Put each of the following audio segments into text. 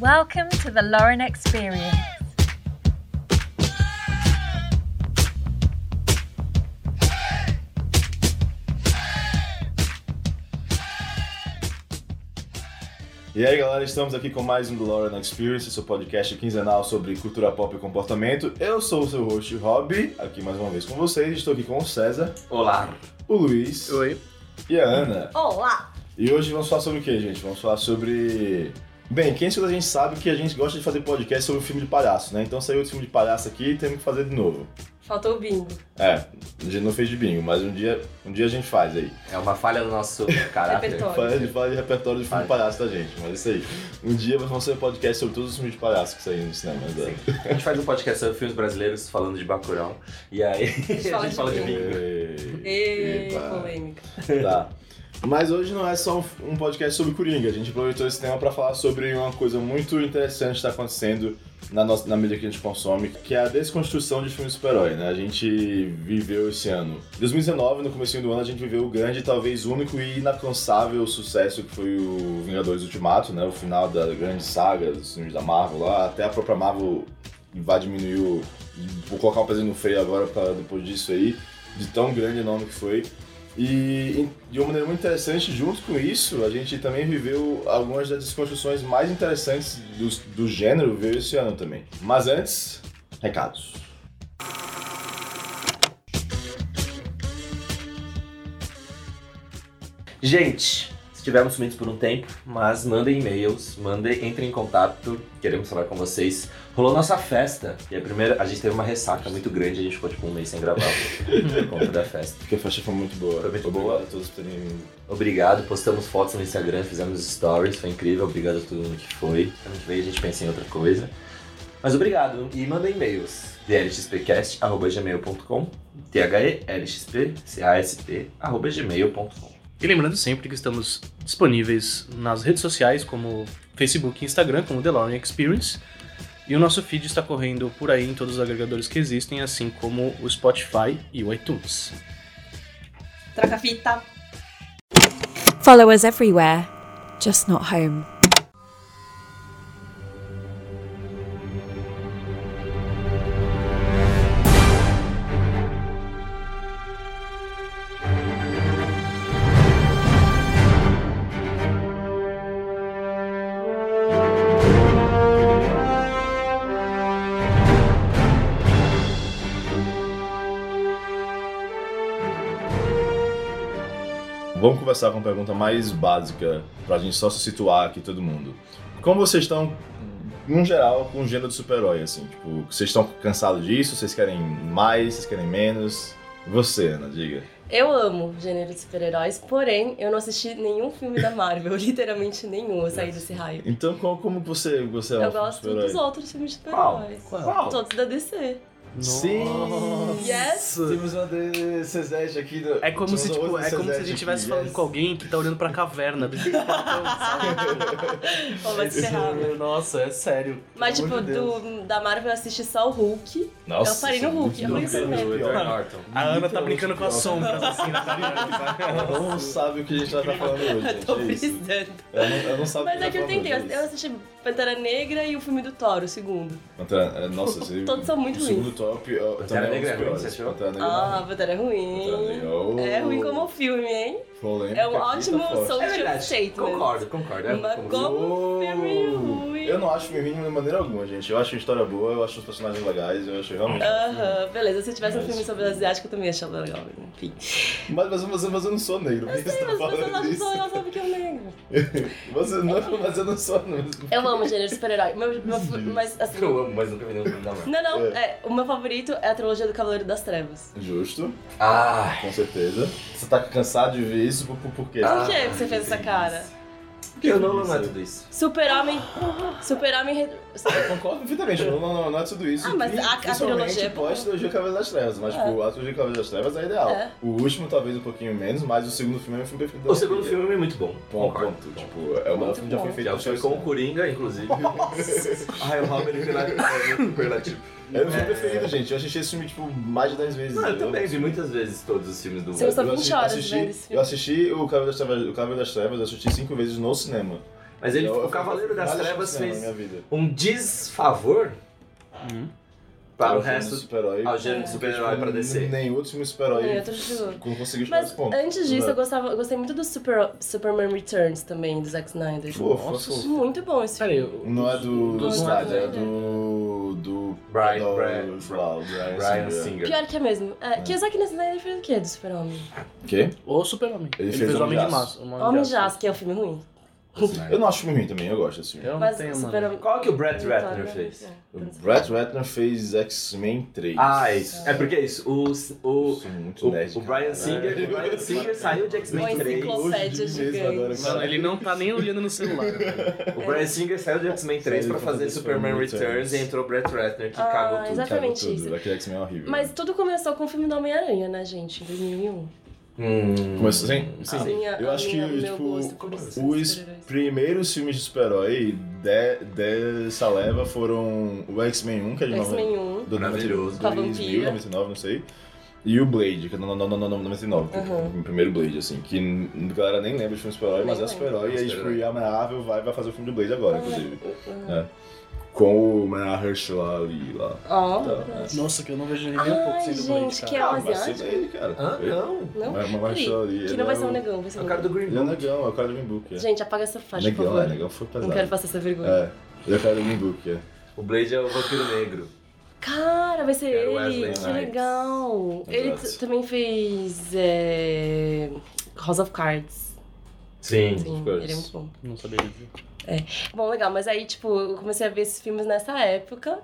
Welcome to the Lauren Experience. E aí galera, estamos aqui com mais um The Lauren Experience, seu podcast quinzenal sobre cultura pop e comportamento. Eu sou o seu host Rob, aqui mais uma vez com vocês. Estou aqui com o César, Olá. o Luiz Oi. e a Ana. Olá! E hoje vamos falar sobre o que, gente? Vamos falar sobre. Bem, quem escuta a gente sabe que a gente gosta de fazer podcast sobre filme de palhaço, né? Então saiu o filme de palhaço aqui e temos que fazer de novo. Faltou o bingo. É, a gente não fez de bingo, mas um dia, um dia a gente faz aí. É uma falha do nosso caráter. Repertório. Fala de, fala de repertório de filme Faz. de palhaço da gente, mas é isso aí. Um dia vamos fazer um podcast sobre todos os filmes de palhaço que saíram no cinema. Né? A gente faz um podcast sobre filmes brasileiros falando de Bacurau. E aí a gente fala de fala de bingo. bingo. E Epa. polêmica. Tá. Mas hoje não é só um, um podcast sobre Coringa, a gente aproveitou esse tema pra falar sobre uma coisa muito interessante que está acontecendo na, nossa, na mídia que a gente consome, que é a desconstrução de filmes de super-herói, né? A gente viveu esse ano. 2019, no comecinho do ano, a gente viveu o grande, e talvez único e inalcançável sucesso que foi o Vingadores Ultimato, né? O final da grande saga dos filmes da Marvel lá, até a própria Marvel vai diminuir o... Vou colocar um pezinho no freio agora pra, depois disso aí, de tão grande e enorme que foi. E de uma maneira muito interessante, junto com isso, a gente também viveu algumas das desconstruções mais interessantes do, do gênero veio esse ano também. Mas antes, recados. Gente, estivemos sumidos por um tempo, mas mandem e-mails, mandem, entrem em contato, queremos falar com vocês. Rolou nossa festa. E a primeira, a gente teve uma ressaca muito grande, a gente ficou tipo um mês sem gravar por conta da festa. Porque a faixa foi muito boa. Foi muito boa. boa. a todos por terem vindo. Obrigado, postamos fotos no Instagram, fizemos stories, foi incrível, obrigado a todo mundo que foi. Ano que vem a gente pensa em outra coisa. Mas obrigado, e manda e-mails, dlxpcast.gmail.com, dhlxpcast.gmail.com. E lembrando sempre que estamos disponíveis nas redes sociais como Facebook e Instagram, como The Lauren Experience. E o nosso feed está correndo por aí em todos os agregadores que existem, assim como o Spotify e o iTunes. Troca fita. Follow us everywhere, just not home. Vamos conversar com uma pergunta mais básica, pra gente só se situar aqui todo mundo. Como vocês estão, no geral, com o gênero de super-herói, assim? Tipo, vocês estão cansados disso? Vocês querem mais? Vocês querem menos? Você, Ana, diga. Eu amo gênero de super-heróis, porém, eu não assisti nenhum filme da Marvel, literalmente nenhum. Eu saí desse raio. Então, como, como você, você é um Eu gosto super-herói? dos outros filmes de super-heróis. Qual? Todos da DC. Sim! Yes! Temos uma de Cezete aqui. do- É como temos se, tipo, outra é como se a Cezete gente estivesse aqui, falando yes. com alguém que tá olhando pra caverna. tá Ó, vai se ferrar. né? Nossa, é sério. Mas, Pelo tipo, amor de do, da Marvel eu assisti só o Hulk. Nossa, Eu parei no isso é Hulk, muito eu pensei doido, mesmo. é Edward pior. Norton. A Ana tá brincando com as sombras, assim, na Ela não sabe o que a gente vai estar falando hoje, gente. Tô é isso. precisando. Ela não, ela não sabe Mas o é que eu tá falando, tentei. é Eu eu isso. assisti Pantera Negra e o filme do Thor, o segundo. Pantera- é, Nossa, você- Todos são muito o segundo top. ó, Pantera também é um dos Negra é ruim, piores. você achou? Pantera Negra é Ah, ruim. Pantera Pantera é ruim. Negra, oh, É ruim como o filme, hein? polêmica É um aqui, tá ótimo forte. som. É verdade, Statement. concordo, concordo. É Mas como- como- Oh, um filme ruim. Eu não acho filme ruim de maneira alguma, gente. Eu acho a história boa, eu acho os personagens legais, eu acho realmente. Aham, beleza. Se eu tivesse um Mas- filme sobre asiático, eu também achava legal. Enfim. Mas, mas, mas, mas eu não sou negro, por isso que eu Mas tô você não falando acha só disso. legal só porque eu lembro. Você é não, mas eu não sou negro. Eu amo gênero de super-herói. Meu- meu- Mas assim. Eu amo, mas nunca vi nenhum filme da Marvel. Não, não. é, o meu favorito é a trilogia do Cavaleiro das Trevas. Justo, Ah, com certeza. Você tá cansado de ver isso por, por, por quê? Ah, Por que que você fez essa cara? eu não amo tudo isso. Super-Homem. Super-Homem. re- Eu concordo perfeitamente, não, não, não é tudo isso. Ah, mas Pri- a- a principalmente trilogia é boa. pós-trilogia Cavaleiro das Trevas, mas É. tipo, a trilogia Cavaleiro das Trevas é ideal. É. O último talvez um pouquinho menos, mas o segundo filme é o filme perfeito. da O segundo vida. filme é muito bom. Bom, concordo. ponto. Tipo, é o melhor Muito filme que já foi bom. feito. Já foi com o Coringa, inclusive. Ai, o Robert Relativo. É o meu filme preferido, gente. Eu assisti esse filme, tipo, mais de 10 vezes. é, Não, eu também vi muitas vezes todos os filmes do Você Marvel. não sabe Eu quantas assisti, horas vendo esse assisti, filme. eu assisti o Cavaleiro das Trevas, o Cavaleiro das Trevas, eu assisti cinco vezes no cinema. Mas ele, Eu- eu o Cavaleiro fui das várias Trevas vezes no fez cinema na minha vida. um desfavor Hum. para Eu o fui no resto super-herói. ao gênero de super-herói pra N- descer. Nenhum outro filme Nenhum super-herói outro filme. não conseguiu chegar Mas nesse ponto. antes disso, eu Né? gostava, eu gostei muito do Super, Superman Returns também, do Zack Snyder. Fofo, Nossa fofo. Muito bom esse Peraí, filme. o- Não é do, do Não, Snyder, é não. do. do. Brian- do- Brian- lá, o Brian, Brian Singer. Singer. Pior que é mesmo. É, Que o Zack Snyder fez o quê do Super-Homem? Quê? O Super-Homem. Ele fez um Homem Homem de de Massa. Homem de Aço, que é o filme ruim. Eu não acho filme ruim também, eu gosto desse filme. Eu não Mas tenho, o mano. Super-Homem... Qual que o Brett Ratner Vitória, fez? né? O Brett Ratner fez X-Men 3. Ah, é isso. É porque é isso. O, o, Isso é muito o, nerd, o Brian cara. Singer, o Brian Singer saiu de X-Men Uma 3. um enciclopédia. Hoje de vez, eu adoro esse Mano, cara. ele não tá nem olhando no celular. velho. O Brian Singer saiu de X-Men 3 Saiu pra pra fazer fazer Superman Superman Returns Returns. e entrou o Brett Ratner, que Ah, cagou tudo. exato. Exatamente Cagou tudo. isso. Aquele X-Men é horrível. Mas tudo começou com o filme do Homem-Aranha, né, gente? Em 2001. Hum. Começou assim? A minha- Eu a acho que, minha- o meu tipo, gosto por Os super-heróis. primeiros filmes de super-herói de- dessa leva foram o X-Men 1, que é de X-Men 1. do Maravilhoso. Com a vampira. 99, não sei. E o Blade, que é no- no- no- no- no- 99, que é Uhum. o primeiro Blade, assim, que n- a galera nem lembra de filme de super-herói, Nem mas é lembra. super-herói, e aí, tipo, Super-herói. e a Marvel vai, vai fazer o filme do Blade agora, inclusive. É. Ah, Com o Mahershala lá ali, lá. Tá. Ó. Nossa, que eu não vejo ele nem um pouco Ai, sendo doente, gente, cara. que Uhum. é um Ah, mas asiático? senta ele, cara. Ah, Ele- não. Não? Mas- mas Peraí, só ali, que ele não vai é ser o- um negão, vai ser É um o cara do negão. Green Ele é Book. negão, é o cara do Green Book, é. Gente, apaga essa faixa, por negão, é, favor. negão foi pesado. Não quero passar essa vergonha. É, ele é o cara do Green Book, é. O Blade é o vampiro negro. Cara, vai ser Era o ele! Wesley que Snipes. legal! Ele Exato. t- também fez. é, House of Cards. Sim. Tipo, Sim, Cards. ele é muito bom. É. Não saberia dizer. Bom, legal, mas aí, tipo, eu comecei a ver esses filmes nessa época.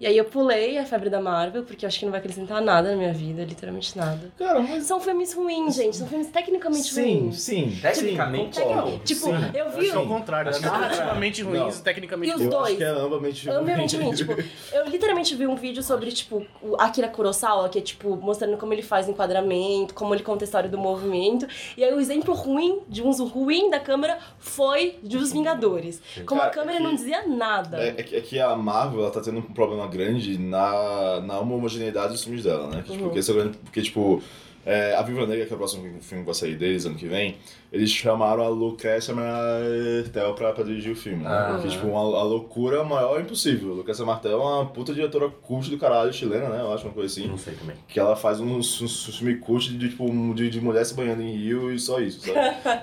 E aí eu pulei a febre da Marvel, porque eu acho que não vai acrescentar nada na minha vida, literalmente nada. Cara, mas... São filmes ruins, gente. São filmes tecnicamente Sim, ruins. sim. Tecnicamente, é sim, não. concordo, Tipo, sim. eu Eu acho vi. que é o contrário. Acho Acho que é o contrário. narrativamente ruins Não. e tecnicamente E os Eu bons. acho dois. que é ambamente Obviamente, ruim, tipo, eu literalmente vi um vídeo sobre, tipo, o Akira Kurosawa, que é, tipo, mostrando como ele faz enquadramento, como ele conta a história do movimento. E aí o exemplo ruim, de um uso ruim da câmera, foi de Os Vingadores. Como a Cara, câmera que- não dizia Tá. nada. É, é que- é que a Marvel ela tá tendo um problema grande na, na homogeneidade dos filmes dela, né? Que, tipo, Uhum. que esse é o grande- porque, tipo, é, a Viva Negra, que é o próximo filme que vai sair deles ano que vem, eles chamaram a Lucrécia Martel pra, pra dirigir o filme, né? Ah. Porque, tipo, uma, a loucura maior é impossível. A Lucrécia Martel é uma puta diretora cult do caralho, chilena, né? Eu acho, uma coisa assim. Não sei também. Que ela faz um, um, filme cult de, tipo, um- de, de mulher se banhando em rio e só isso, sabe?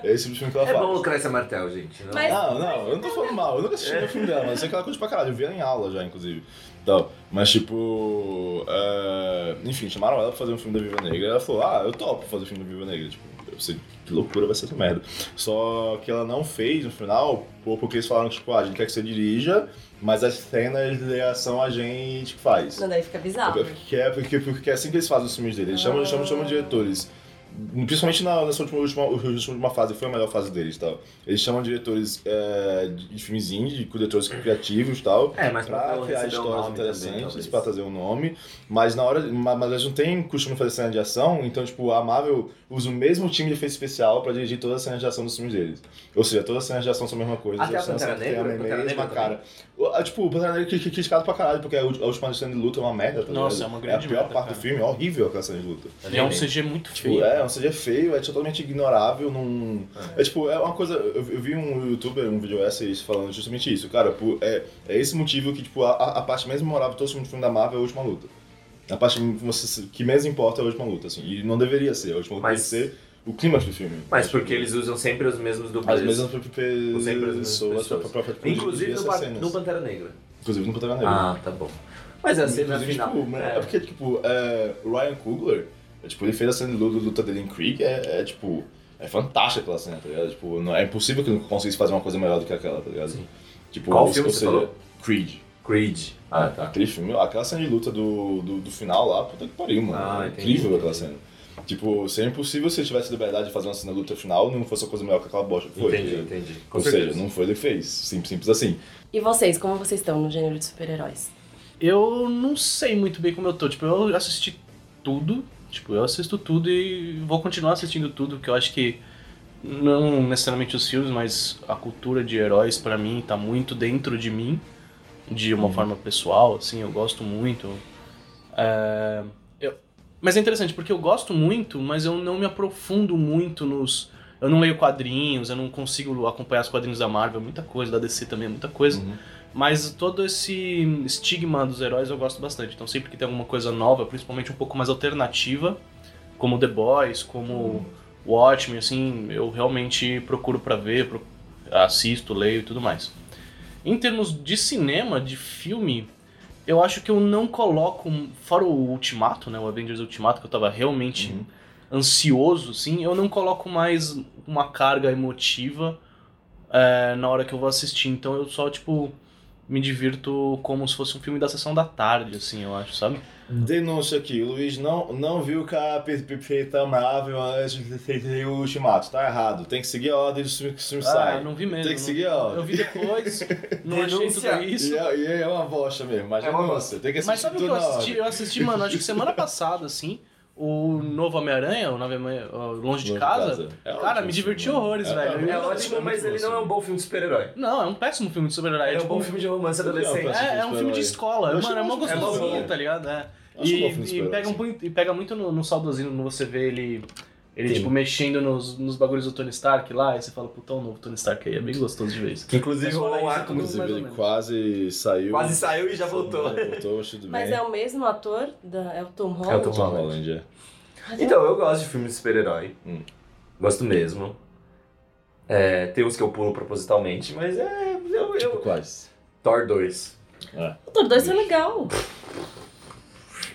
É esse tipo de filme que ela É faz. bom lucrar essa martel, gente. Não? Mas- Não, não, eu não tô falando mal, eu nunca assisti o filme dela, mas eu sei que ela curte pra caralho, eu vi ela em aula já, inclusive. Então, mas tipo. é, Enfim, chamaram ela pra fazer um filme da Viva Negra. Ela falou, ah, eu topo fazer o filme da Viva Negra. Tipo, eu sei que loucura vai ser essa merda. Só que ela não fez no final, por- porque eles falaram, tipo, ah, a gente quer que você dirija, mas as cenas de ação a gente que faz. Não, daí fica bizarro. Porque é, porque, porque é assim que eles fazem os filmes dele. Eles chamam, chamam, chamam diretores. Principalmente na, nessa última, última, última, última fase, foi a melhor fase deles e tal. Eles chamam diretores é, de, de filmes indie, com diretores criativos e tal. É, mas pra Pra ela criar receber um histórias nome também, interessantes, talvez. pra trazer um nome, mas na hora. ma- Mas eles não têm costume de fazer cena de ação, então, tipo, a Marvel usa o mesmo time de efeito especial pra dirigir todas as cenas de ação dos filmes deles. Ou seja, todas as cenas de ação são a mesma coisa. Até as a cenas Pantera têm a Negra? Pantera mesma Negra cara. O- ah, Tipo, o Pantera Negra é cri- criticado pra caralho, porque a ulti- a última cena de luta é uma merda, tá Nossa, ligado? é uma grande a pior merda, parte cara. do filme, é horrível aquela cena de luta. Eu E nem é um lembro. CG muito Tipo, feio. é, é um CG feio, é totalmente ignorável, não... É. tipo, é uma coisa... Eu, eu vi um youtuber, um vídeo essay falando justamente isso. Cara, pô, é, é esse motivo que, tipo, a- a, a parte mais memorável de todo filme da Marvel é a última luta. A parte que você- que menos importa é a última luta, assim. E não deveria ser, a última luta Mas- deveria ser o clímax do filme. Mas porque eles usam sempre os mesmos dublês. As mesmas pe- Ou sempre as mesmas pessoas, pra- pessoas. pra- pra- pra- pra- Inclusive no, essas Pan- cenas. no Pantera Negra. Inclusive no Pantera Negra. Ah, tá bom. Mas a cena Inclusive, final. tipo, é. é. porque, tipo, é, o Ryan Coogler, é, tipo, ele fez a cena de luta, luta dele em Creed, é, é, tipo, é fantástica aquela cena, tá ligado? Tipo, não, é impossível que ele não conseguisse fazer uma coisa melhor do que aquela, tá ligado? Tipo, Qual ou- filme ou você seja, falou? Creed. Creed. Ah, tá. Aquele filme, aquela cena de luta do, do, do final lá, puta que pariu, mano. Ah, É entendi. incrível aquela cena. Tipo, seria impossível se ele tivesse liberdade de fazer uma cena de luta final não fosse uma coisa melhor que aquela bosta que foi. tá entendi, ligado? entendi. Com Ou certeza. seja, não foi ele que fez. Simples, simples assim. E vocês, como vocês estão no gênero de super-heróis? Eu não sei muito bem como eu tô. Tipo, eu assisti tudo. Tipo, eu assisto tudo e vou continuar assistindo tudo, porque eu acho que não necessariamente os filmes, mas a cultura de heróis pra mim tá muito dentro de mim, de uma forma pessoal, assim, eu gosto muito. É, eu- Mas é interessante, porque eu gosto muito, mas eu não me aprofundo muito nos Eu não leio quadrinhos, eu não consigo acompanhar os quadrinhos da Marvel, é muita coisa, da DC também, é muita coisa. Uhum. Mas todo esse estigma dos heróis eu gosto bastante. Então sempre que tem alguma coisa nova, principalmente um pouco mais alternativa, como The Boys, Uhum. como Watchmen, assim, eu realmente procuro pra ver, pro- assisto, leio e tudo mais. Em termos de cinema, de filme, eu acho que eu não coloco, um- fora o Ultimato, né, o Avengers Ultimato, que eu tava realmente Uhum. ansioso, sim, eu não coloco mais uma carga emotiva é, na hora que eu vou assistir. Então eu só, tipo, me divirto como se fosse um filme da sessão da tarde, assim, eu acho, sabe? Denúncia aqui, o Luiz não, não viu que a per- perfeita Marvel antes de ter o ultimato. Tá errado. Tem que seguir a ordem dos filmes que os filmes Ah, saem. eu não vi mesmo. Tem que não- seguir a ordem. Eu vi depois, não achei Denúncia. tudo isso. E é, e é uma bosta mesmo, mas É eu uma não bosta. sei, Tem que assistir Mas sabe o que tudo eu na assisti? Eu assisti, mano, acho que semana passada, assim, o novo Homem-Aranha, o Novo Homem- ó, Longe de Casa. É Cara, ótimo, me diverti mano. horrores, É, velho. é É ótimo, mas ele não é um bom filme de super-herói. Não, é um péssimo filme de super-herói. É um tipo, bom filme de romance adolescente. É, é um filme de escola. Eu Mano, achei é mó bom filme de gostosinho, super-herói. tá ligado? É. Eu acho um E, bom filme de e, super-herói, pega um sim. pu- e pega muito no, no saudosismo, no você vê ele, ele Sim. tipo, mexendo nos, nos bagulhos do Tony Stark lá, e você fala, puta, o novo Tony Stark aí, é bem gostoso de ver isso. Que inclusive Mas fora rolou um isso, arco tudo- muito... mais Inclusive, ou ele menos. quase saiu. Quase saiu e já voltou. Voltou, acho tudo Mas bem. é o mesmo ator? Da... É o Tom Holland? É o Tom Tom Holland, é. Então, eu gosto de filme de super-herói. Hum. Gosto mesmo. É, tem uns que eu pulo propositalmente, mas é. Eu, Tipo, eu... quase. Thor 2. É. O Thor 2 foi legal.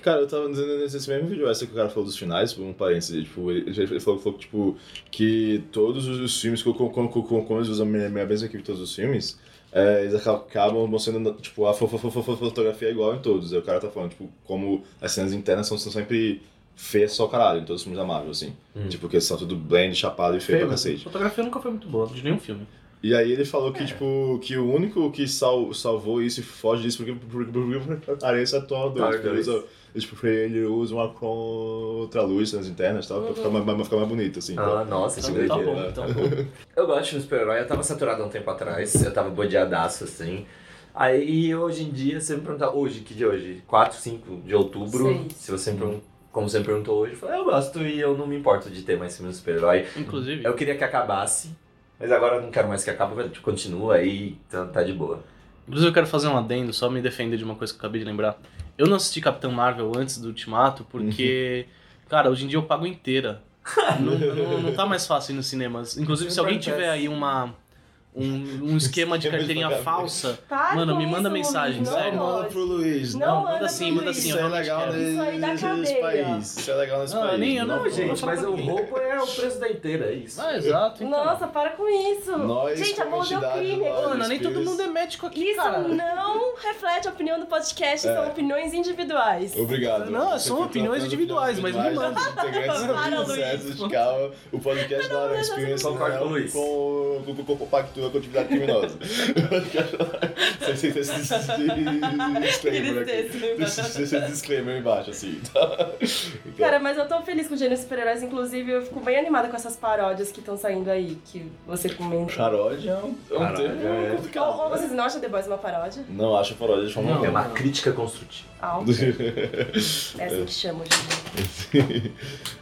Cara, eu tava dizendo nesse mesmo vídeo essa que o cara falou dos finais, por um parênteses, tipo, ele ele falou, falou que, tipo, que todos os- os filmes, como, como, como, como eles usam a me- me- a mesma equipe em todos os filmes, é, eles aca- acabam mostrando, tipo, a fo- fo- fo- fo- fotografia é igual em todos. Aí o cara tá falando, tipo, como as cenas internas são, são sempre feias só caralho, em todos os filmes da Marvel, assim. Hum. Tipo, que eles são tudo blend, chapado e feio pra cacete. Fotografia nunca foi muito boa, de nenhum filme. E aí ele falou É. que, tipo, que o único que sal, salvou isso e foge disso porque, porque, porque, porque aparece a Thor 2. Thor porque Ele, dois. usa, ele, tipo, ele usa uma contra luz nas internas e tal, pra Uhum. ficar mais, mais- ficar mais bonito, assim. Ah, nossa, que Tá Tá doideira. bom, né? então. bom. Eu gosto de filme de super-herói, eu tava saturado há um tempo atrás, eu tava bodeadaço assim. Aí e hoje em dia, se você me perguntar hoje, que dia é hoje? 4, 5 de outubro. Seis. Se você me perguntar, como você me perguntou hoje, eu falei, eu gosto e eu não me importo de ter mais filme de super-herói. Inclusive, É Eu queria que acabasse, mas agora eu não quero mais que acabe, eu tipo, continua aí, tá, tá de boa. inclusive eu quero fazer um adendo, só me defender de uma coisa que eu acabei de lembrar. Eu não assisti Capitão Marvel antes do Ultimato, porque, cara, hoje em dia eu pago inteira. não, não, não tá mais fácil ir nos cinemas. Inclusive, se alguém tiver aí uma, um, um esquema de Esquema de carteirinha pagamento. falsa, Para Mano, com me isso, manda Luiz, mensagem, não sério. pode. Luiz, Não, não, manda sim, pro manda Luiz. sim, Isso eu é realmente legal quero. Isso aí dá nesse cadeia. país. Isso é legal né? nesse Não, país. nem- eu não- Não, vou gente, falar mas pra o ninguém. roubo é o preço da inteira, é isso. Ah, exato. Então. Nossa, para com isso. Nós, Gente, a como mão deu entidade, crime nós- aqui. Mano, nem todo mundo é médico aqui, Isso né? cara. não reflete a opinião do podcast, são opiniões individuais. É. Obrigado. Não, Você são foi opiniões tratando individuais, mas me individuais dos integrantes do Para, Luiz. processo de calma, o podcast da Hora Experience Concordo com o Luiz. com com- com- compactua com atividade criminosa. Vocês têm esse disclaimer aqui. Eles têm, Esse- exatamente. Esse disclaimer embaixo, assim. tá? Então, Cara, mas eu tô feliz com o gênero super-heróis, inclusive eu fico bem animada com essas paródias que estão saindo aí, que você comenta. Paródia é um é um Paródia, é. termo Ou, ou complicado. né? vocês não acham The Boys uma paródia? Não acho paródia de forma Não. É alguma. uma crítica construtiva. Ah, ok. é assim que chama hoje. em dia.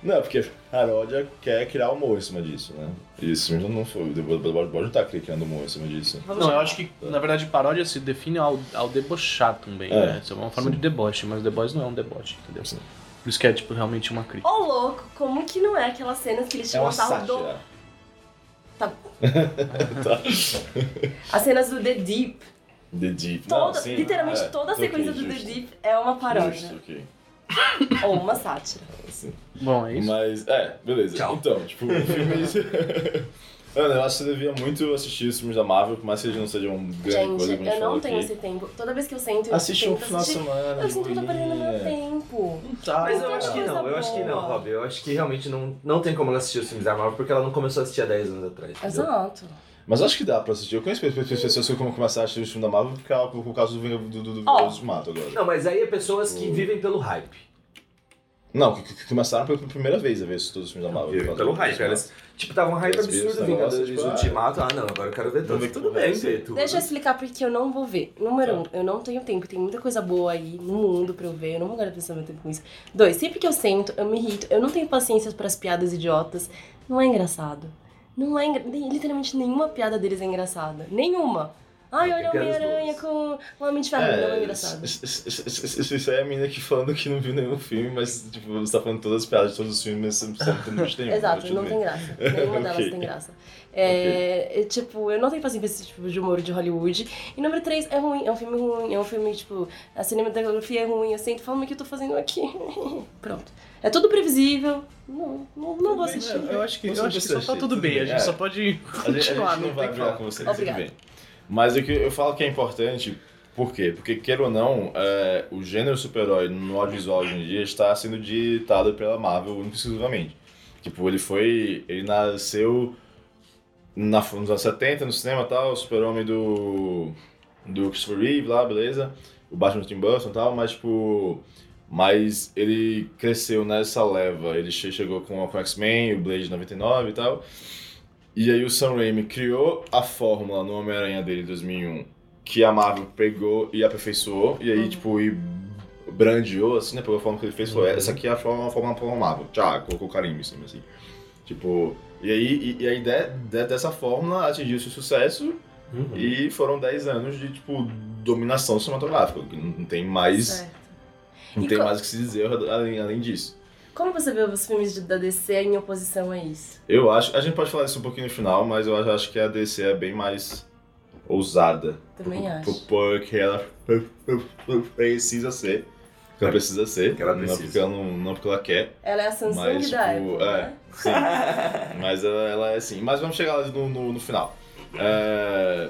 Não, porque paródia quer criar humor em cima disso, né? Isso mesmo não foi. O Bode tá criando humor em cima disso. Vamos Não, eu lá. acho que, na verdade, paródia se define ao, ao debochar também, É, né? Isso é uma forma de deboche, mas o deboche não é um deboche, entendeu? Sim. Por isso que é, tipo, realmente uma crítica. Ô louco, como que não é aquelas cenas que eles É tiram uma a sarro do. sátira. Tá. As cenas do The Deep. The Deep. Toda, Não, sim, literalmente é. toda a Ok, sequência do justo. The Deep é uma Justo, paródia. ok. Ou uma sátira. Assim. Bom, é isso. Mas, é, beleza. Tchau. Então, tipo, filmes. Mano, eu acho que você devia muito assistir os filmes da Marvel, por mais que eles não sejam um grande coisa Gente, como a eu não falou tenho aqui. esse tempo. Toda vez que eu sento eu Assiste um tento final de assistir, semana. Eu sinto que eu tô de perdendo boinha. meu tempo. Tá. Mas Mas eu acho que coisa não, eu acho que não, boa. Rob. Eu acho que realmente não, não tem como ela assistir os filmes da Marvel porque ela não começou a assistir há 10 anos atrás. entendeu? Exato. Mas eu acho que dá pra assistir. Eu conheço pessoas que começaram a assistir os filmes da Marvel por causa- por causa do Vingador do, do, do, Ó. dos Mato agora. Não, mas aí é pessoas que Hum. vivem pelo hype. Não, que, que- que começaram pela primeira vez a ver esses- todos os filmes da Marvel. por Vivem causa Ah, pelo do- hype. Elas, tipo, tava um hype Elas viram esse absurdo, Vingadores negócio, tipo, Ultimato. Ah, não, agora eu quero ver Vamos ver tudo. que Tudo bem, conversa. ver tudo. Deixa eu explicar porque eu não vou ver. Número um, eu não tenho tempo. Tem muita coisa boa aí no mundo pra eu ver. Eu não vou gastar pensar meu tempo com isso. Dois, sempre que eu sento, eu me irrito. Eu não tenho paciência pras piadas idiotas. Não é engraçado. Não é engra- nem- literalmente nenhuma piada deles é engraçada. Nenhuma. Ai, Tem olha o piadas Homem-Aranha boas. com o Homem de Ferro. não é engraçado. s- s- s- s- s- Isso aí é a menina que falando que não viu nenhum filme, mas tipo, você tá falando todas as piadas de todos os filmes, mas você não tem nenhum. né, Exato, tudo não bem. tem graça. Nenhuma delas Ok. tem graça. É, é, tipo, eu não tenho paciência pra esse tipo de humor de Hollywood. E número 3, é ruim, é um filme ruim, é um filme, tipo, a cinematografia é ruim, eu sinto, falo, mas o que eu tô fazendo aqui? Pronto. É tudo previsível. Não, não, não vou bem, assistir. né? Eu acho que, Você eu acho que só precisa tá assistir, tudo tudo bem, bem, a gente é. só pode A gente, a continuar, gente não não vai tem o que brigar falar. com vocês, Obrigada. tudo bem. Mas o que eu falo que é importante, por quê? Porque, queira ou não, é, o gênero super-herói no audiovisual hoje em dia está sendo ditado pela Marvel única e exclusivamente. Tipo, ele foi. Ele nasceu na, nos anos 70 no cinema e tal, o super-homem do. do Christopher Reeve lá, beleza? O Batman do Tim Burton e tal, mas tipo. Mas ele cresceu nessa leva. Ele che- chegou com com o X-Men, o Blade 99 e tal. E aí o Sam Raimi criou a fórmula no Homem-Aranha dele em 2001, que a Marvel pegou e aperfeiçoou, e aí, tipo, e brandeou, assim, né? Pegou a fórmula que ele fez, falou, essa aqui é a fórmula, a fórmula pra Marvel. Tchau, colocou carimbo em cima, assim. Tipo, e aí, e, e aí de- de- dessa fórmula atingiu seu sucesso, Uhum. e foram 10 anos de, tipo, dominação cinematográfica, que não não tem é mais, Certo. não E tem co- mais o que se dizer além, além disso. Como você vê os filmes de- da DC em oposição a isso? Eu acho, a gente pode falar isso um pouquinho no final, mas eu acho- acho que a DC é bem mais ousada. Também Por- acho. por- Porque ela precisa ser. Porque ela precisa ser. Porque ela não, é precisa. porque ela não, não porque ela quer, Ela é a Samsung Mas, da tipo, época, é. né? mas ela, ela é assim. Mas vamos chegar lá no, no, no final. É...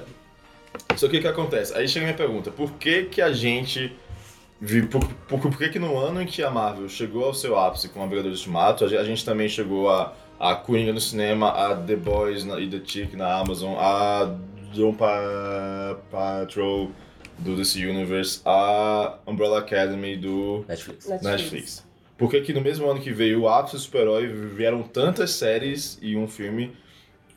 Só que o que acontece? Aí chega a minha pergunta: por que que a gente. vi- Por, por, por que que no ano em que a Marvel chegou ao seu ápice com a Vingadores do Ultimato, a, ge- a gente também chegou a, a Coringa no cinema, a The Boys na- e The Tick na Amazon, a Doom pa, Patrol do DC Universe, a Umbrella Academy do Netflix. Netflix. Por que que no mesmo ano que veio o ápice do super-herói vieram tantas séries e um filme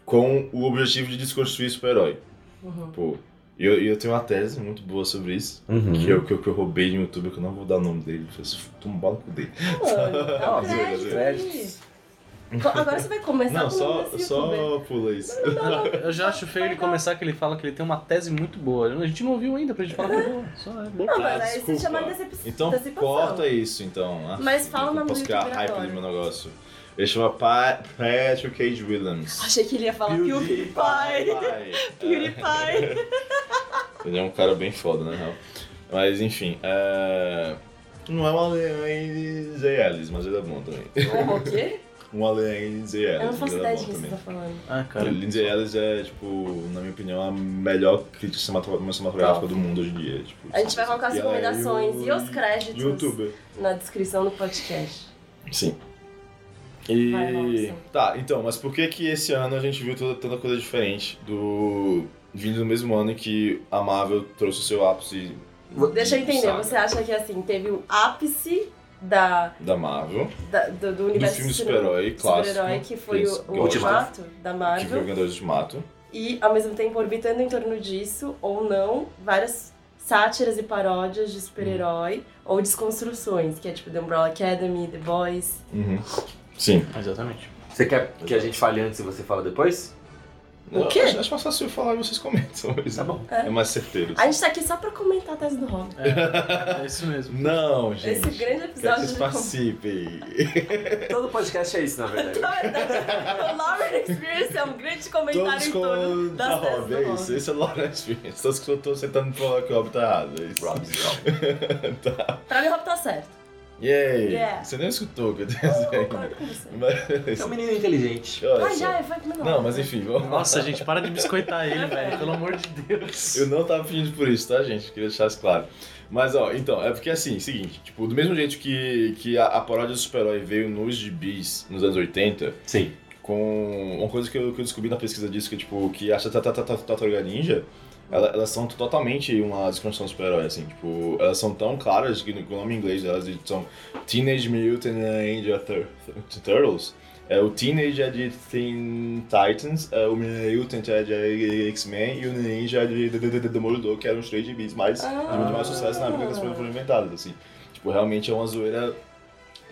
com o objetivo de desconstruir super-herói? Uhum. Pô, e eu, e eu tenho uma tese muito boa sobre isso, Uhum. que, eu, que, eu, que eu roubei de um youtuber, que eu não vou dar o nome dele, se tombar no cu dele. Mano, dá um Não, zoeira, crédito zoeira. aí. Co- Agora você vai começar Não, com o só, nome desse youtuber. só pula isso. Eu já acho feio ele começar que ele fala que ele tem uma tese muito boa. A gente não ouviu ainda pra gente falar que é boa. Só é boa. Não, mas aí Ah, desculpa. se chama decep- Então antecipação. corta isso, então. Ah, Mas fala o eu nome Posso do criar youtuber hype agora. do meu negócio. Ele chama Pa- Patrick Cage Williams. Achei que ele ia falar PewDiePie. PewDiePie. PewDiePie. Ele é um cara bem foda, né, real? Mas enfim, é... não é um alien de Ellis, mas ele é bom também. Como o quê? Um alien de Eu não Ellis, mas faço ele ideia é de bom quem você também. tá falando. Ah, cara. Lindsay Ellis é, tipo, na minha opinião, a melhor crítica cinematográfica cinematográfica do mundo hoje em dia. Tipo, A gente vai colocar as E ela é recomendações e os créditos Youtuber. na descrição do podcast. Sim. E. Vai, Robson. tá, então, mas por que que esse ano a gente viu toda, tanta coisa diferente do. Vindo no mesmo ano em que a Marvel trouxe o seu ápice. Deixa eu de entender, saga você acha que assim, teve o ápice da, Da Marvel. da- do, do universo filme cine- super-herói clássico, super-herói, que foi esse, o, que o eu gosto. Ultimato Que da foi o Marvel. Vingadores de Mato. E ao mesmo tempo orbitando em torno disso, ou não, várias sátiras e paródias de super-herói, Hum. ou desconstruções, que é tipo The Umbrella Academy, The Boys. Sim. Exatamente. Você quer que a gente fale antes e você fala depois? O Eu quê? Acho, acho mais fácil eu falar e vocês comentam. mas Tá bom. É mais certeiro. A gente tá aqui só pra comentar a tese do Robin. É, é isso mesmo. Não, gente. Esse grande Quero que episódio vocês participem. Todo podcast é isso, na verdade. O Lauren Experience é um grande comentário Todos em com torno da das teses Rob, do é Robin. isso. Esse é o Lawrence Fiennes. Todos que eu tô sentando pra falar que o Rob tá errado. É isso. Robson. Pra mim, o Robin tá certo. Yay! Yeah. Você nem escutou o que eu tenho a Eu dizer ainda. concordo com você. Mas, É um menino inteligente. olha Ah, só. já, é, vai pro assim, Não, mas enfim, vamos lá. Nossa, gente, para de biscoitar ele, velho. Pelo amor de Deus. Eu não tava pedindo por isso, tá, gente? Queria deixar isso claro. Mas, ó, então, é porque assim, seguinte, tipo, do mesmo jeito que, que a, a paródia do super-herói veio nos gibis nos anos 80, Sim. com uma coisa que eu, que eu descobri na pesquisa disso, que tipo, que a Tata- Tata- Tata- Tartaruga Ninja, ela- elas são totalmente uma desconstrução do super-herói, assim, tipo, elas são tão claras que no que o nome em inglês elas são Teenage Mutant Ninja Tur- Tur- Turtles. É, o Teenage é de Teen Titans, é, o Mutant é de X-Men e o Ninja é de de- de- de Demolidor, que eram os três gibis mais, de muito mais sucesso na época que elas foram inventadas, assim. Tipo, realmente é uma zoeira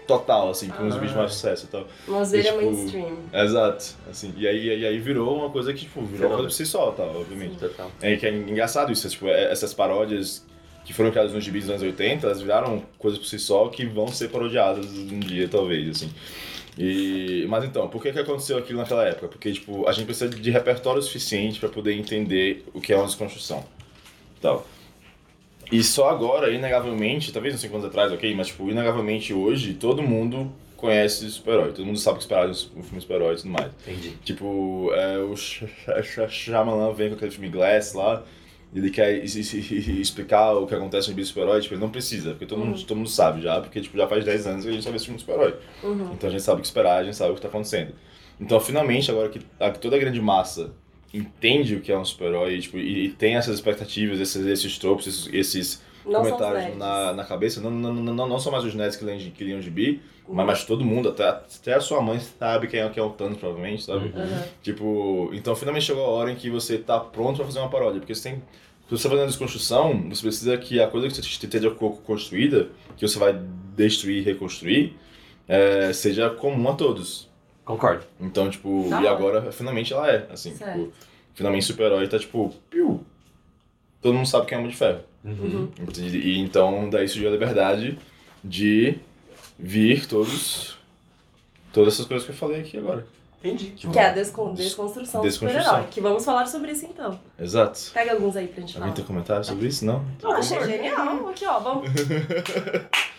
total, assim, com os vídeos mais sucesso e tal. Uma zoeira Tipo, é mainstream. Exato, assim, e aí, e aí virou uma coisa que, tipo, virou uma coisa pra si só, tal, obviamente. Total. É que é engraçado isso, é, tipo, é- essas paródias que foram criadas nos gibis dos anos 80, elas viraram coisas por si só que vão ser parodiadas um dia, talvez, assim. E, mas então, por que, que aconteceu aquilo naquela época? Porque, tipo, a gente precisa de repertório suficiente para poder entender o que é uma desconstrução. Tal. E só agora, inegavelmente, talvez uns 5 anos atrás, ok, mas, tipo, inegavelmente hoje, todo mundo conhece super-herói, todo mundo sabe o que esperar de um filme de super-herói e tudo mais. Entendi. Tipo, é, o Sha- Sha- Sha- Shyamalan vem com aquele filme Glass lá, ele quer es- es- explicar o que acontece no gibi super-herói, tipo, ele não precisa, porque todo mundo, todo mundo sabe já, porque tipo, já faz 10 anos que a gente só vê esse filme de super-herói. Uhum. Então a gente sabe o que esperar, a gente sabe o que tá acontecendo. Então, finalmente, agora que a- que toda a grande massa entende o que é um super-herói tipo, e, e tem essas expectativas, esses, esses tropos, esses, esses Não são os comentários nerds. na, na cabeça, não, não, não, não, não são mais os nerds que leiam, que leiam gibi, Uhum. mas, mas todo mundo, até, até a sua mãe sabe quem é, quem é o Thanos, provavelmente, sabe? Uhum. Tipo, então finalmente chegou a hora em que você tá pronto pra fazer uma paródia, porque você tem se você tá fazendo desconstrução, você precisa que a coisa que você esteja co- construída, que você vai destruir e reconstruir, eh, seja comum a todos. Concordo. Então, tipo, Da e hora. agora finalmente ela é, assim, Tá Certo. tipo, finalmente super-herói tá tipo, piu. Todo mundo sabe quem é o Homem de Ferro. Uhum. Entendi. E então daí surgiu a liberdade de vir todos todas essas coisas que eu falei aqui agora. Entendi. Que é a descon- desconstrução do Desconstrução. super-herói. Que vamos falar sobre isso então. Exato. Pega alguns aí pra gente falar. Alguém tem comentário sobre isso? Não? Eu achei genial. Aqui, ó. Vamos.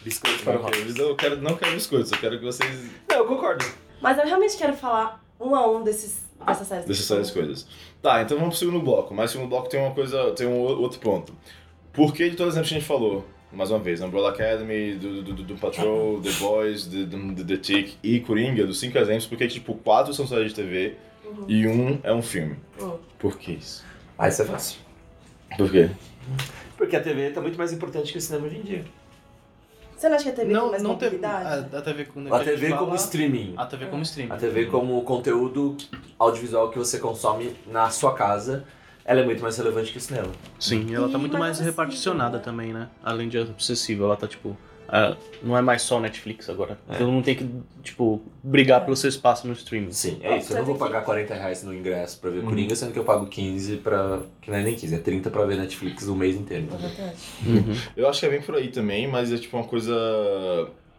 Biscoito para o Ok, mas Eu quero, não quero biscoitos, eu quero que vocês Não, eu concordo. Mas eu realmente quero falar um a um desses, dessas séries. deixem sair as coisas. Tá, então vamos pro segundo bloco. Mas o segundo bloco tem uma coisa, tem um o- outro ponto. Por que de todas as que a gente falou, mais uma vez, Umbrella Academy, do, do, do, do Patrol, The Boys, The, The, The Tick e Coringa, dos cinco exemplos, porque tipo, quatro são séries de TV Uhum. e um é um filme. Hum. Por que isso? Ah, isso é fácil. Por quê? Porque a TV tá muito mais importante que o cinema hoje em dia. Você é não acha que a TV tem Não, mais não teve. Ah, mobilidade? A, a TV, com- A que gente TV como fala- streaming. A TV como streaming. A TV como conteúdo audiovisual que você consome na sua casa, ela é muito mais relevante que o cinema. Sim, e ela tá E muito mais mais acessível, reparticionada né? também, né? Além de obsessiva, ela tá tipo. ah, não é mais só Netflix agora. É. Então não tem que, tipo, brigar pelo seu espaço no streaming. Sim, é isso. Eu não vou pagar 40 reais no ingresso pra ver Uhum. Coringa, sendo que eu pago 15 pra... Que não é nem 15, é 30 pra ver Netflix o mês inteiro. Eu acho que é bem por aí também, mas é tipo uma coisa.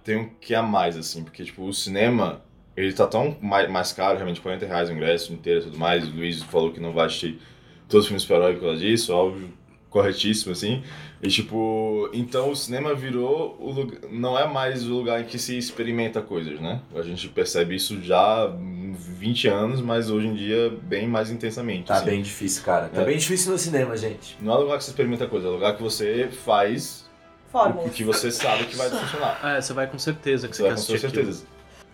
Tem um que a mais, assim, porque tipo, o cinema, ele tá tão mais, mais caro, realmente, 40 reais o ingresso inteiro e tudo mais. O Luiz falou que não vai assistir todos os filmes super-herói por causa disso, óbvio, corretíssimo, assim. E tipo, então o cinema virou o lugar. Não é mais o lugar em que se experimenta coisas, né? A gente percebe isso já há 20 anos, mas hoje em dia bem mais intensamente. Tá assim. bem difícil, cara. Tá É. bem difícil no cinema, gente. Não é lugar que você experimenta coisa, é lugar que você faz o Fórmulas. que você sabe que vai funcionar. É, você vai com certeza que você, Você vai quer com toda assistir. aquilo. certeza.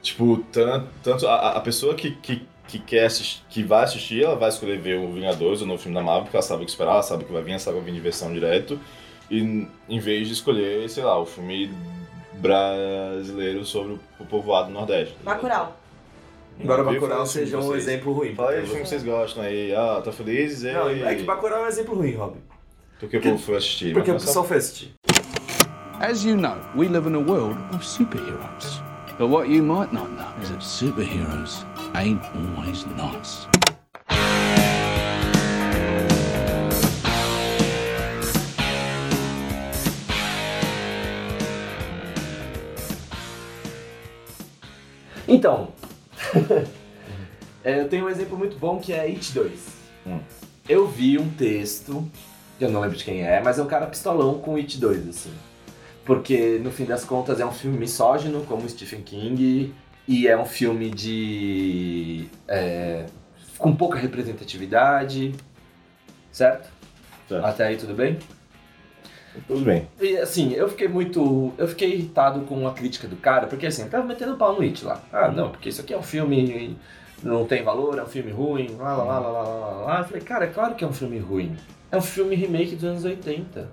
Tipo, tanto, tanto a, a- a pessoa que, que, que quer assistir, que vai assistir, ela vai escolher ver o Vingadores, o novo filme da Marvel, porque ela sabe o que esperar, ela sabe o que vai vir, ela sabe que vai vir diversão direto. E n- em vez de escolher, sei lá, o filme brasileiro sobre o- o povoado do Nordeste. tá Bacurau. Embora Eu Bacurau falo sobre seja um vocês. exemplo ruim. Fala aí o porque eu filme que vocês gostam aí. Ah, tá feliz? E... vou- Não, é que Bacurau é um exemplo ruim, Rob. Porque o povo foi assistir. Porque o mas pessoal fez assistir. As you know, we live in a world of superheroes. But what you might not know is that superheroes ain't always nice. Então, é, eu tenho um exemplo muito bom que é It 2. Hum. Eu vi um texto, eu não lembro de quem é, mas é um cara pistolão com It 2, assim. Porque, no fim das contas, é um filme misógino, como Stephen King, e é um filme de... é, com pouca representatividade, certo? Certo. Até aí tudo bem? Tudo bem. E assim, eu fiquei muito. Eu fiquei irritado com a crítica do cara, porque assim, ele tava metendo pau no It lá. Ah, não, porque isso aqui é um filme. Não tem valor, é um filme ruim, lá, lá, lá, lá, lá, lá, lá, lá. Eu falei, cara, é claro que é um filme ruim. É um filme remake dos anos 80.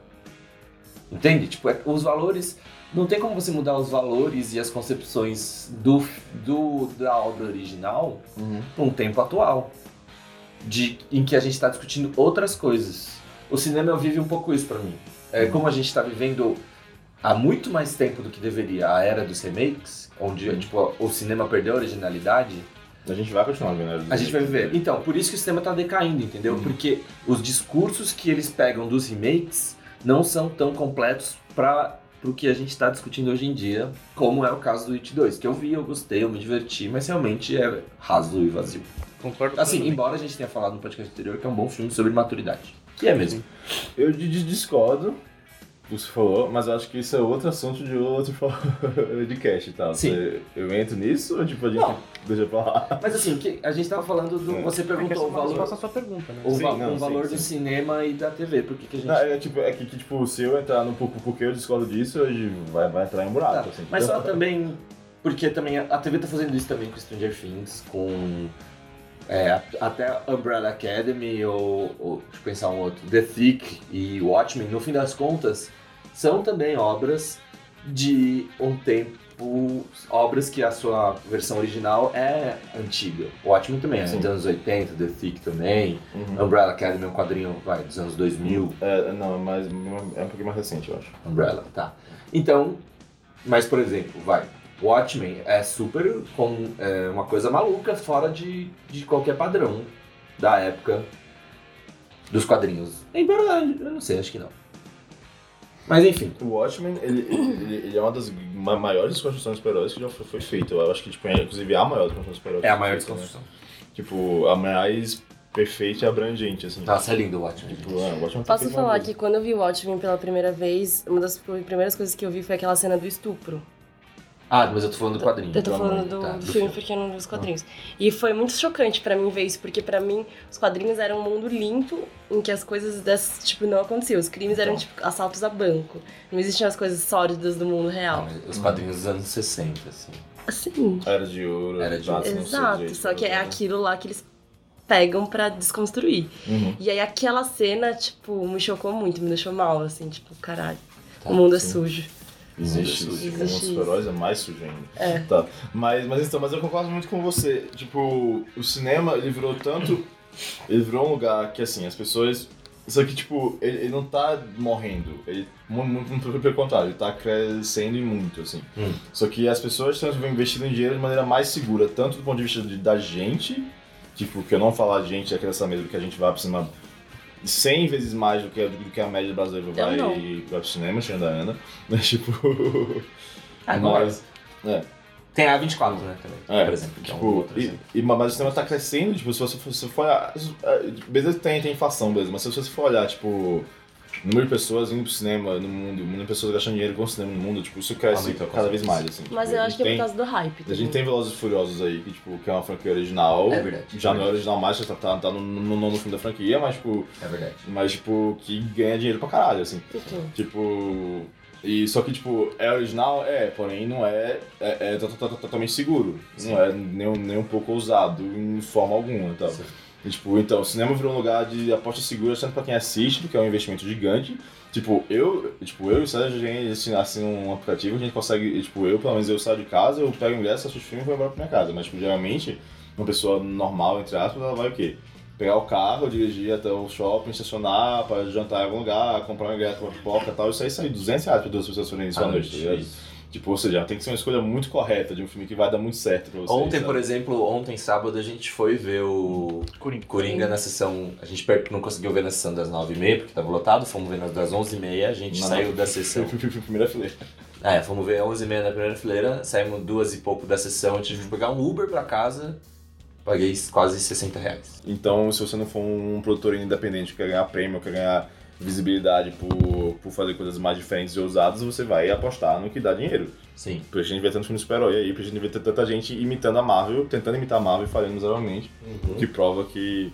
Entende? Tipo, é- os valores. Não tem como você mudar os valores e as concepções do, do, da obra original para um tempo atual, de, em que a gente tá está discutindo outras coisas. O cinema vive um pouco isso para mim. É, como a gente está tá vivendo há muito mais tempo do que deveria a era dos remakes, onde tipo, o cinema perdeu a originalidade, A gente vai continuar vendo. a gente vai Uhum. viver. Então, por isso que o cinema tá decaindo, entendeu? Porque os discursos que eles pegam dos remakes não são tão completos para pro que a gente tá discutindo hoje em dia, como é o caso do It 2, que eu vi, eu gostei, eu me diverti, mas realmente é raso e vazio. Concordo Assim, plenamente. embora a gente tenha falado no podcast anterior que é um bom filme sobre maturidade. E é mesmo. Eu di- di- discordo do que você falou, mas eu acho que isso é outro assunto de outro podcast e tal. Sim. Você- eu entro nisso ou tipo a gente Não. deixa pra lá? Mas assim, o que a gente tava falando do. É. Você É que perguntou essa o é uma resposta à valor. sua pergunta, né? O, Sim, Um va- não, o sim, valor sim. do cinema e da TV, por que que a gente. Não, é, tipo, é que, que, tipo, se eu entrar no pouco porque eu discordo disso, hoje vai, vai entrar em um buraco. Tá, assim, Mas só entendeu? também. Porque também a a TV tá fazendo isso também com Stranger Things, com. é, a- até Umbrella Academy ou, ou. Deixa eu pensar um outro. The Thick e Watchmen, no fim das contas, são também obras de um tempo. Obras que a sua versão original é antiga. Watchmen também é Sim. dos anos 80, The Thick também. Uhum. Umbrella Academy é um quadrinho vai, dos anos 2000. É, não, mas é um pouquinho mais recente, eu acho. Umbrella, tá. Então, mas por exemplo, vai. Watchmen é super com é, uma coisa maluca, fora de, de qualquer padrão da época dos quadrinhos. Embora, eu não sei, acho que não. Mas enfim, O Watchmen, ele, ele, ele é uma das ma- maiores construções super-heróis que já foi, foi feita. Eu acho que, tipo, é, inclusive, a maior construção super-herói. é a que foi maior feita, desconstrução. né? Tipo, a mais perfeita e abrangente, assim. Nossa, é lindo o Watchmen. Tipo, é, o Watchmen tá Posso feito uma falar vez. que quando eu vi Watchmen pela primeira vez, uma das primeiras coisas que eu vi foi aquela cena do estupro. Ah, mas eu tô falando do quadrinho. Eu tô da falando mãe, do, tá, do filme porque eu não vi os quadrinhos. E foi muito chocante pra mim ver isso, porque pra mim os quadrinhos eram um mundo limpo em que as coisas dessas, tipo, não aconteciam. Os crimes eram, tipo, assaltos a banco. Não existiam as coisas sólidas do mundo Ah, real. mas Os quadrinhos dos anos 60, assim. Assim, Era de ouro, Era de prata, ouro. não sei exato. direito, Só que é né? aquilo lá que eles pegam pra desconstruir. Uhum. E aí aquela cena, tipo, me chocou muito, me deixou mal, assim, tipo, caralho, Tá, o mundo é sim. sujo. Existe isso. Existe Como isso. super-heróis é mais sujo ainda. É. Tá. Mas, mas então, mas eu concordo muito com você. Tipo, o cinema, ele virou tanto. Ele virou um lugar que, assim, as pessoas. Só que, tipo, ele, ele não tá morrendo. Ele, mu- mu- muito pelo contrário, ele tá crescendo e muito, assim. Hum. Só que as pessoas estão investindo em dinheiro de maneira mais segura, tanto do ponto de vista de- da gente, tipo, que eu não falar gente, é criança mesmo, que a gente vai pro cinema 100 vezes mais do que, do que a média brasileira Eu vai, não. vai pro cinema, tirando a Ana. Mas, tipo. Agora. mas- é, Tem a 24, né, também, É, por exemplo. que é um tipo, outro e, exemplo. e, mas o cinema tá crescendo, tipo, se você for. Se for olhar- é, beleza, tem, tem inflação, beleza, mas se você for olhar, tipo, número de pessoas indo pro cinema no mundo, número de pessoas gastando dinheiro com o cinema no mundo, tipo, isso cresce Aumenta, com cada vez certeza. mais, assim. Mas tipo, eu a acho gente que é por tem- causa do hype. a gente também. tem Velozes e Furiosos aí, que, tipo, que é uma franquia original. É verdade. Já não é original mais, já tá, tá no, no nono filme da franquia, mas, tipo, É verdade. mas, tipo, que ganha dinheiro pra caralho, assim. Enfim. Tipo. E só que, tipo, é original? É, porém não é. É, é to- to- to- totalmente seguro. Sim. Não é nem, um- nem um pouco ousado em forma alguma e tal. Sim. E, tipo, então, o cinema virou um lugar de aposta segura, tanto pra quem assiste, porque é um investimento gigante. Tipo, eu, tipo, eu e o Sérgio, a gente assin- assina um aplicativo, a gente consegue, tipo, eu, pelo menos eu saio de casa, eu pego o ingresso, assisto o filme e vou embora pra minha casa. Mas, tipo, geralmente, uma pessoa normal, entre aspas, ela vai o quê? Pegar o carro, dirigir até o shopping, estacionar, para jantar em algum lugar, comprar um ingresso, uma pipoca e tal. Isso aí sai 200 reais pra duas pessoas fazerem isso à Ah, noite, tá ligado? Tipo, ou seja, tem que ser uma escolha muito correta de um filme que vai dar muito certo pra você. Ontem, por exemplo, ontem sábado a gente foi ver o Coringa. Coringa na sessão. A gente per- não conseguiu ver na sessão das 9h30 porque tava lotado, fomos ver nas das 11h30, a gente Não, saiu não. da sessão. Primeira fileira. É, fomos ver 11h30 na primeira fileira, saímos duas e pouco da sessão, tive que pegar um Uber pra casa, paguei quase 60 reais. Então, se você não for um produtor independente que quer ganhar prêmio, quer ganhar visibilidade por, por fazer coisas mais diferentes e ousadas, você vai apostar no que dá dinheiro. Sim. Porque a gente vê tanto filme de super-herói aí, porque a gente vê tanta gente imitando a Marvel, tentando imitar a Marvel e falhando miseravelmente, que prova que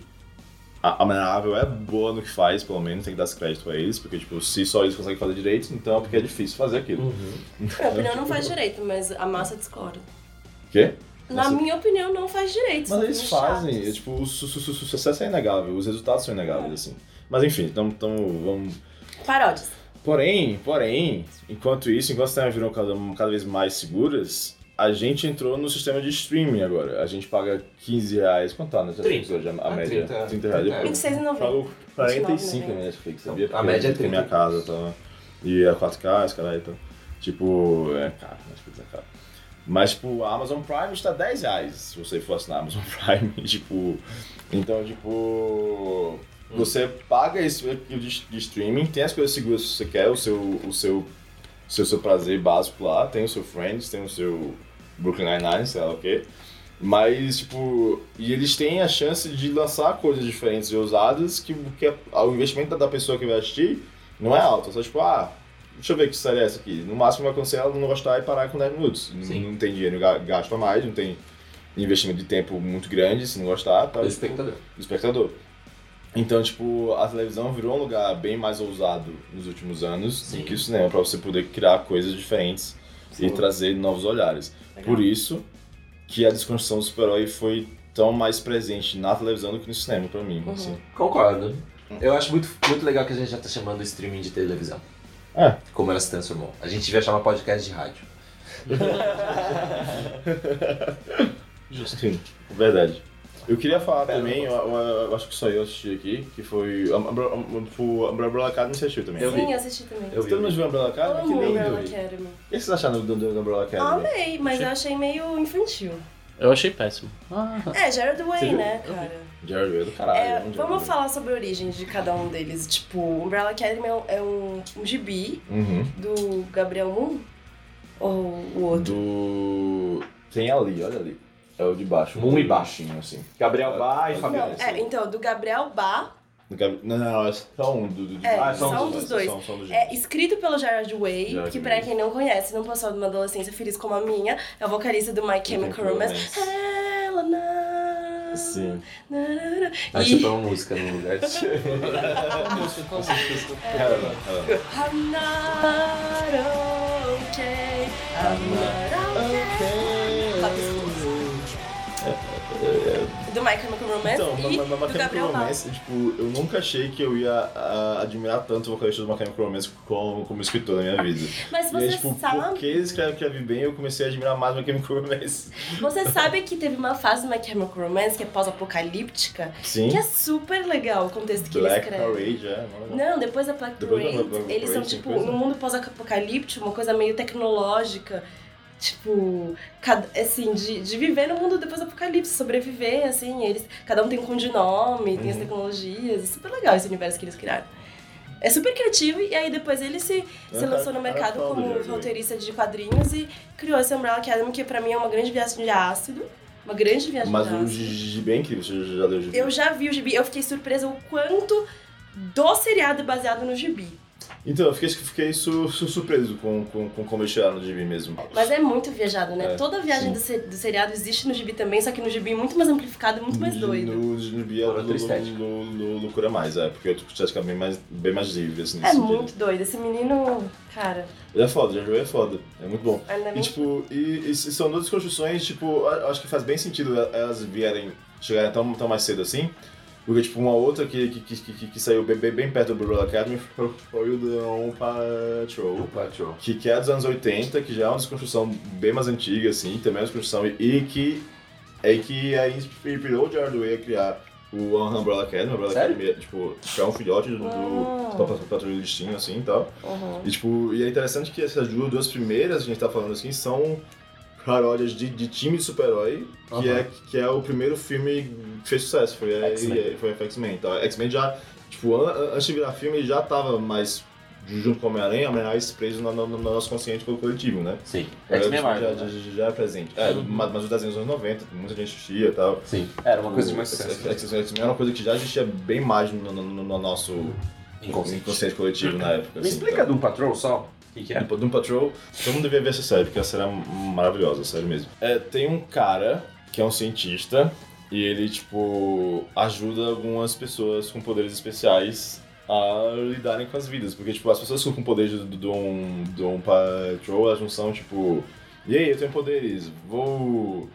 a, a Marvel é boa no que faz, pelo menos, tem que dar esse crédito a eles, porque, tipo, se só eles conseguem fazer direito, então é porque é difícil fazer aquilo. Minha É, opinião não faz direito, mas a massa discorda. Quê? Na Nossa. minha opinião, não faz Mas direito. são eles filmes fazem, é, chatos. tipo, o su- su- su- sucesso é inegável, os resultados são inegáveis, assim. Mas enfim, então, então vamos Paródias. Porém, porém, enquanto isso, enquanto as telas viram cada, cada vez mais seguras, a gente entrou no sistema de streaming agora. A gente paga 15 reais, quanto tá na Trinta. Netflix hoje, a, a Ah, média? trinta. 30 reais. Eu pago- 26,90. pago 45 29,90. na Netflix, sabia? A média é Porque eu 30. Minha casa tá, e é 4K, esse caralho, então. Tipo, é caro, Netflix é caro. Mas, tipo, a Amazon Prime está 10 reais se você for assinar a Amazon Prime. tipo, então, tipo, você paga esse arquivo de, de streaming, tem as coisas seguras que você quer, o seu, o seu, seu, seu prazer básico lá, tem o seu Friends, tem o seu Brooklyn Nine-Nine, sei lá o quê. Mas, tipo, e eles têm a chance de lançar coisas diferentes e ousadas que, que a- o investimento da pessoa que vai assistir não é alto. É só tipo, ah, deixa eu ver que série é essa aqui. No máximo vai acontecer ela não gostar e parar com 10 minutos. Não, Sim. não tem dinheiro ga- gasto a mais, não tem investimento de tempo muito grande se não gostar. Tá, Do tipo, espectador. do espectador. Então, tipo, a televisão virou um lugar bem mais ousado nos últimos anos Sim. do que o cinema, pra você poder criar coisas diferentes e trazer novos olhares. Por isso que a desconstrução do super-herói foi tão mais presente na televisão do que no cinema, pra mim. Uhum. assim. Concordo. Eu acho muito, muito legal que a gente já tá chamando o streaming de televisão. É. Como ela se transformou. A gente devia chamar podcast de rádio. Sim, verdade. Eu queria falar também, eu, eu- eu acho que só eu assisti aqui, que foi. a- a- a- O tipo, Umbrella Academy você assistiu também. né? Eu vi. Sim, assisti também. Eu vi. Todo mundo viu Umbrella Academy? Que Amo Umbrella lindo. É, né? Academy. O que vocês acharam do, do, do Umbrella Academy? Amei, mas eu achei meio infantil. Eu achei péssimo. Ah, É, Gerard Way, viu? né, cara? Jared Way é do caralho. É, né? Jared vamos Way. falar sobre a origem de cada um deles. Tipo, Umbrella Academy é um, é um, um gibi Uhum. do Gabriel Moon? Ou o outro? Do. Tem ali, olha ali. É o de baixo. Mum e baixinho, assim. Gabriel Bá e Não, Fabiano. esse É, então, do Gabriel Bá. Do Gabi- Não, não, é só um do. do de É, baixo. só um dos dois. Só, só um dos dois. É escrito pelo Gerard Way, Gerard que Way. pra quem não conhece, não passou de uma adolescência feliz como a minha, é o vocalista do My Chemical Chemical Romance. Romance. Ela na... Sim. na- na- na- Acho que E... foi tipo, é uma música no lugar de... Cara, cara. I'm not okay, I'm not okay. Tá pescoço. Do My Chemical Romance Então, e mas do Mechanical é Gabriel Bá. Romance, tipo, eu nunca achei que eu ia ah, admirar tanto o vocalista do Mechanical Romance como, como escritor na minha vida. Mas e você aí, tipo, sabe... porque ele escreve que eu bem, eu comecei a admirar mais o Mechanical Romance. Você sabe que teve uma fase do My Chemical Romance que é pós-apocalíptica, Sim. que é super legal o contexto que ele Black escreve. Parade, é. não é não. Não, depois da Black Depois da Parade, Black Parade, eles são tem tipo, coisa? no mundo pós-apocalíptico, uma coisa meio tecnológica. Tipo, cada- assim, de, de viver no mundo depois do apocalipse, sobreviver, assim, eles. Cada um tem um codinome, tem as Uhum. tecnologias. É super legal esse universo que eles criaram. É super criativo, e aí depois ele se, se Aham, lançou no aham, mercado fala do como um Jerry Lee. roteirista de quadrinhos e criou esse Umbrella Academy, que pra mim é uma grande viagem de ácido. Uma grande viagem Mas de o ácido. Gigi bem incrível, você já leu o Gibi? Eu já vi o gibi, eu fiquei surpresa o quanto do seriado é baseado no gibi. Então, eu fiquei, fiquei su- su- surpreso com, com, com como eles tiraram de mim mesmo. Mas é muito viajado, né? É, Toda sim. viagem do, se- do seriado existe no gibi também, só que no gibi é muito mais amplificado, muito mais doido. No, no Bia, Por outra estética. no, no, Loucura Mais, é. Porque eu tô com estética bem mais, bem mais livre, assim, nesse É sentido. muito doido. Esse menino, cara, Ele é foda, Jared Way é foda. É muito bom. ainda E, bem. tipo, e, e são duas construções, tipo, eu acho que faz bem sentido elas vierem, chegarem tão, tão mais cedo assim. Porque, tipo, uma outra que, que, que, que, que saiu bem, bem, bem perto do Umbrella Academy foi o The On Patrol. Patrol. que, que é dos anos 80, que já é uma desconstrução bem mais antiga, assim, também é uma desconstrução, e, e que é que aí inspirou o Jared Way a criar o Umbrella Academy, Umbrella Sério? Academy, é, tipo, que é um filhote do, do, do Pat- Patrulha do Destino, assim, e tal. Uhum. E, tipo, e é interessante que essas duas, duas primeiras que a gente tá falando, assim, são paródias de, de time de super-herói, que, Aham. é, que é o primeiro filme que fez sucesso, foi a- X-Men. foi a X-Men, então, a X-Men já, tipo, an- an- antes de virar filme, ele já tava mais junto com o Homem-Aranha, mais preso no, no- no nosso consciente co- coletivo, né? Sim. Era, X-Men tipo, Marvel, já, né? Uhum. já, já é presente. É, mas, mas os desenhos dos anos 90, muita gente assistia e tal. Sim. Era uma coisa assim. de mais X- sucesso. né? X- X- X-Men era uma coisa que já existia bem mais no, no- no- no nosso Inconsciente. inconsciente coletivo na época. Me assim, explica então. de um patrão só o que, que é. Do Tipo, Doom Patrol, todo mundo devia ver essa série, porque essa série é maravilhosa, sério mesmo. É, tem um cara que é um cientista e ele, tipo, ajuda algumas pessoas com poderes especiais a lidarem com as vidas. Porque, tipo, as pessoas com poderes do Doom, Doom Patrol, elas não são, tipo, e aí, eu tenho poderes, vou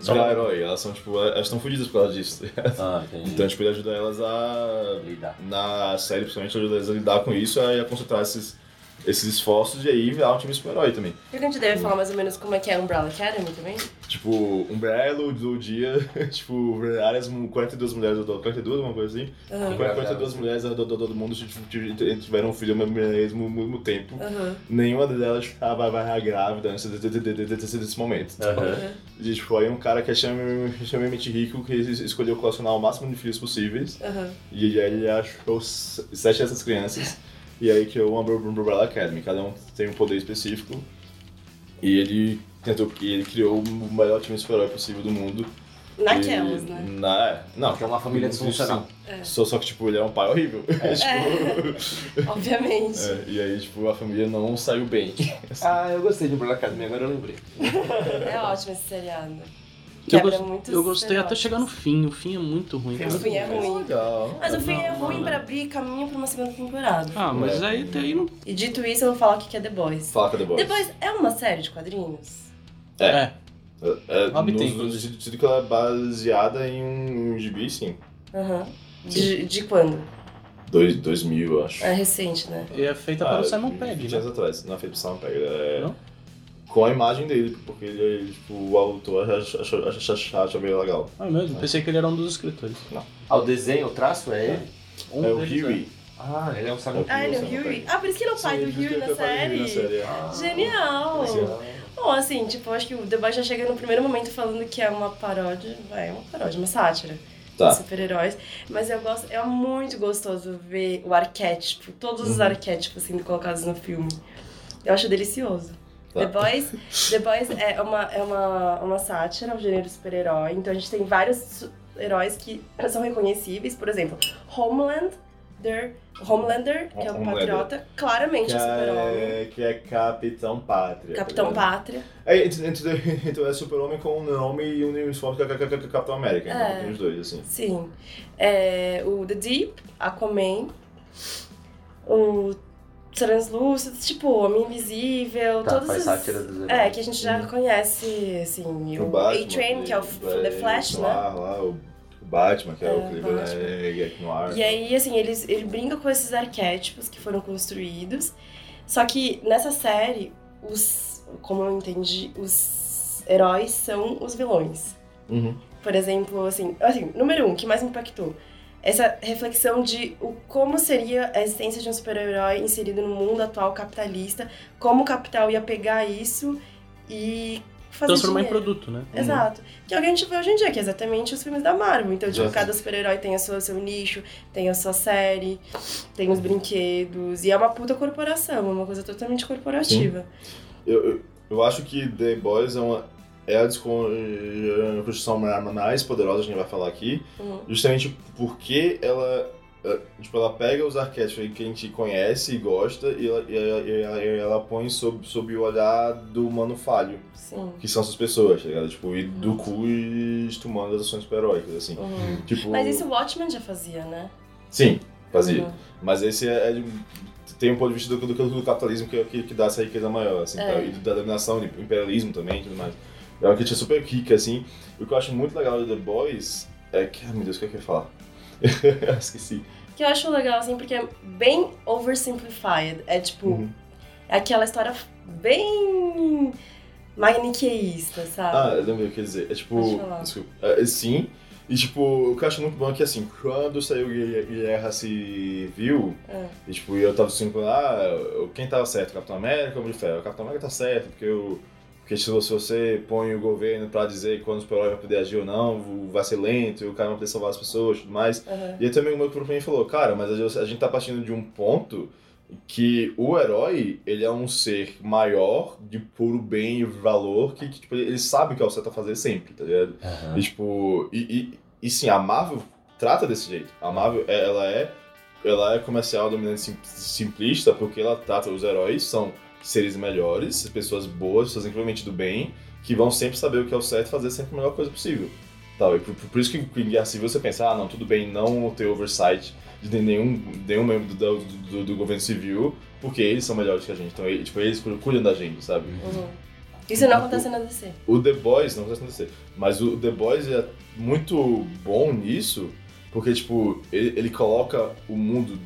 Só virar uma- herói. Elas são, tipo, elas estão fodidas por causa disso. Ah, entendi. Então, tipo, ele ajuda elas a Lidar. é na série, principalmente, ajuda eles a lidar com isso e a é, concentrar esses, esses esforços e aí virar um time super-herói também. E a gente deve falar mais ou menos como é que é a Umbrella Academy também? Tipo, um belo do dia, tipo, áreas, mu- 42 mulheres ao redor, 42, uma coisa assim. Aham. 42 mulheres ao redor do do mundo tiv- tiv- tiveram um filho ao mesmo, ao mesmo tempo. Aham. Nenhuma delas estava grávida antes de- de- de- de- desse desse momento. Aham. E, tipo, aí um cara que é extremamente extremamente rico, que es- escolheu colecionar o máximo de filhos possíveis. Aham. E aí ele achou s- sete dessas crianças. E aí criou uma Umbre- Umbrella Academy. Cada um tem um poder específico. E ele tentou. E ele criou o melhor time super-herói possível do mundo. Naquelas, E- né? Na, é, não. Que é uma família disfuncional. Sim. Só, só que, tipo, ele é um pai horrível. tipo, Obviamente. é, e aí, tipo, a família não saiu bem. Ah, eu gostei de Umbrella Academy, agora eu lembrei. É ótimo esse seriado. Que eu, Quebra gos- muitos eu gostei até estereótipos. chegar no fim. O fim é muito ruim. cara. O fim é ruim. Legal. Mas o fim é Não, não, ruim não. pra abrir caminho pra uma segunda temporada. Ah, mas É. aí, aí não. E dito isso, eu vou falar o que que é The Boys. Fala, cadê The Boys é uma série de quadrinhos? É. É. É, no, Rob tem. no sentido que ela é baseada em um, um gibi, sim. Aham. De, de quando? Dois, 2000, eu acho. É recente, né? E é feita Ah, para o Simon 20 Pegg, né? anos atrás, não é feito pro Simon Pegg, é... Não? Com a imagem dele, porque ele, ele, tipo, o autor achou, achou, achou, achou meio legal. Ah, é mesmo. Pensei que ele era um dos escritores. Ah, o desenho, o traço é ele? Um é o deles Huey. Ah, ele é um sabe. Ah, ele é o Simon Huey. Pegg. Ah, por isso que ele é o Sim, pai do por isso que Huey ele é na o pai do Huey é. série. Genial! Legal. Bom, assim, tipo, acho que o The Boys já chega no primeiro momento falando que é uma paródia. É uma paródia, uma sátira. Tá. de super-heróis. Mas eu gosto, é muito gostoso ver o arquétipo, todos Uhum. os arquétipos sendo colocados no filme. Eu acho delicioso. Tá. The Boys, The Boys é uma, é uma, uma sátira, um gênero de super-herói. Então a gente tem vários su- heróis que são reconhecíveis. Por exemplo, Homelander, Homelander que é o Homelander. patriota, claramente Que é um super-homem. é, que é Capitão Pátria. Capitão tá ligado? Pátria. É, ent- ent- ent- então é super-homem com um nome e um uniforme que é ca- ca- ca- Capitão América. então É. Tem os dois, assim. Sim. É, o The Deep, Aquaman, o Translúcido, tipo, Homem Invisível, Tá, todos faz os... sátira dos É, heróis. que a gente já conhece, assim, O o Batman, A-Train, que é o F- é, The Flash, né? Noir lá, o o Batman, que é, É, o Cleveland Batman. é, é, Noir. E aí, assim, eles, ele brinca com esses arquétipos que foram construídos. Só que nessa série, os, como eu entendi, os heróis são os vilões. Uhum. Por exemplo, assim, assim, número um, que mais me impactou? Essa reflexão de o, como seria a existência de um super-herói inserido no mundo atual capitalista, como o capital ia pegar isso e fazer Transformar em dinheiro. produto, né? Exato. Que é o que a gente vê hoje em dia, que é exatamente os filmes da Marvel. Então, tipo, Exato. cada super-herói tem o seu, seu nicho, tem a sua série, tem os brinquedos. E é uma puta corporação, é uma coisa totalmente corporativa. Eu, eu, eu acho que The Boys é uma é a descon- é a construção ma- mais poderosa, a gente vai falar aqui, Uhum. justamente porque ela, é, tipo, ela pega os arquétipos aí que a gente conhece e gosta e ela, e ela, e ela, e ela põe sob, sob o olhar do humano falho, Sim. que são essas pessoas, tá ligado? Tipo, e do cu e estumando as ações super-heróicas, assim. Uhum. Tipo, Mas isso o Watchmen já fazia, né? Sim, fazia. Uhum. Mas esse é, é de- tem um ponto de vista do, do, do capitalismo que, é o que, que dá essa riqueza maior, assim, É. tá? e da dominação, do imperialismo também e tudo mais. É uma crítica super rica, assim. E o que eu acho muito legal do The Boys é que. Ai meu Deus, o que é que eu ia falar? Esqueci. Que eu acho legal, assim, porque é bem oversimplified. É tipo, Uhum. é aquela história bem maniqueísta, sabe? Ah, eu lembrei o que eu ia dizer. É Pode tipo. falar. Desculpa. É, sim. E tipo, o que eu acho muito bom é que assim, quando saiu Guer- Guerra Civil, É. e tipo, eu tava assim, falando, ah, quem tava certo? Capitão América ou Homem de Ferro? O Capitão América tá certo, porque o. Porque se você- se você põe o governo pra dizer quando os super vai poder agir ou não, vai ser lento, e o cara vai poder salvar as pessoas e tudo mais. Aham. E aí também o meu pro mim falou, cara, mas a gente tá partindo de um ponto que o herói, ele é um ser maior, de puro bem e valor, que, que, tipo, ele sabe o que é o certo a fazer sempre, tá ligado? E, tipo, e, e, e sim, a Marvel trata desse jeito. A Marvel, é- ela é, ela é comercial dominante sim- simplista porque ela trata os heróis, são seres melhores, pessoas boas, pessoas incrivelmente do bem, que vão sempre saber o que é o certo e fazer sempre a melhor coisa possível. Tal, e por, por isso que em Guerra Civil você pensa, ah, não, tudo bem não ter oversight de nenhum, nenhum membro do, do, do governo civil, porque eles são melhores que a gente. Então, ele- tipo, eles cuidam da gente, sabe? Uhum. Isso não acontece na DC. O The Boys, não vai acontecer, mas o The Boys é muito bom nisso, porque, tipo, ele, ele coloca o mundo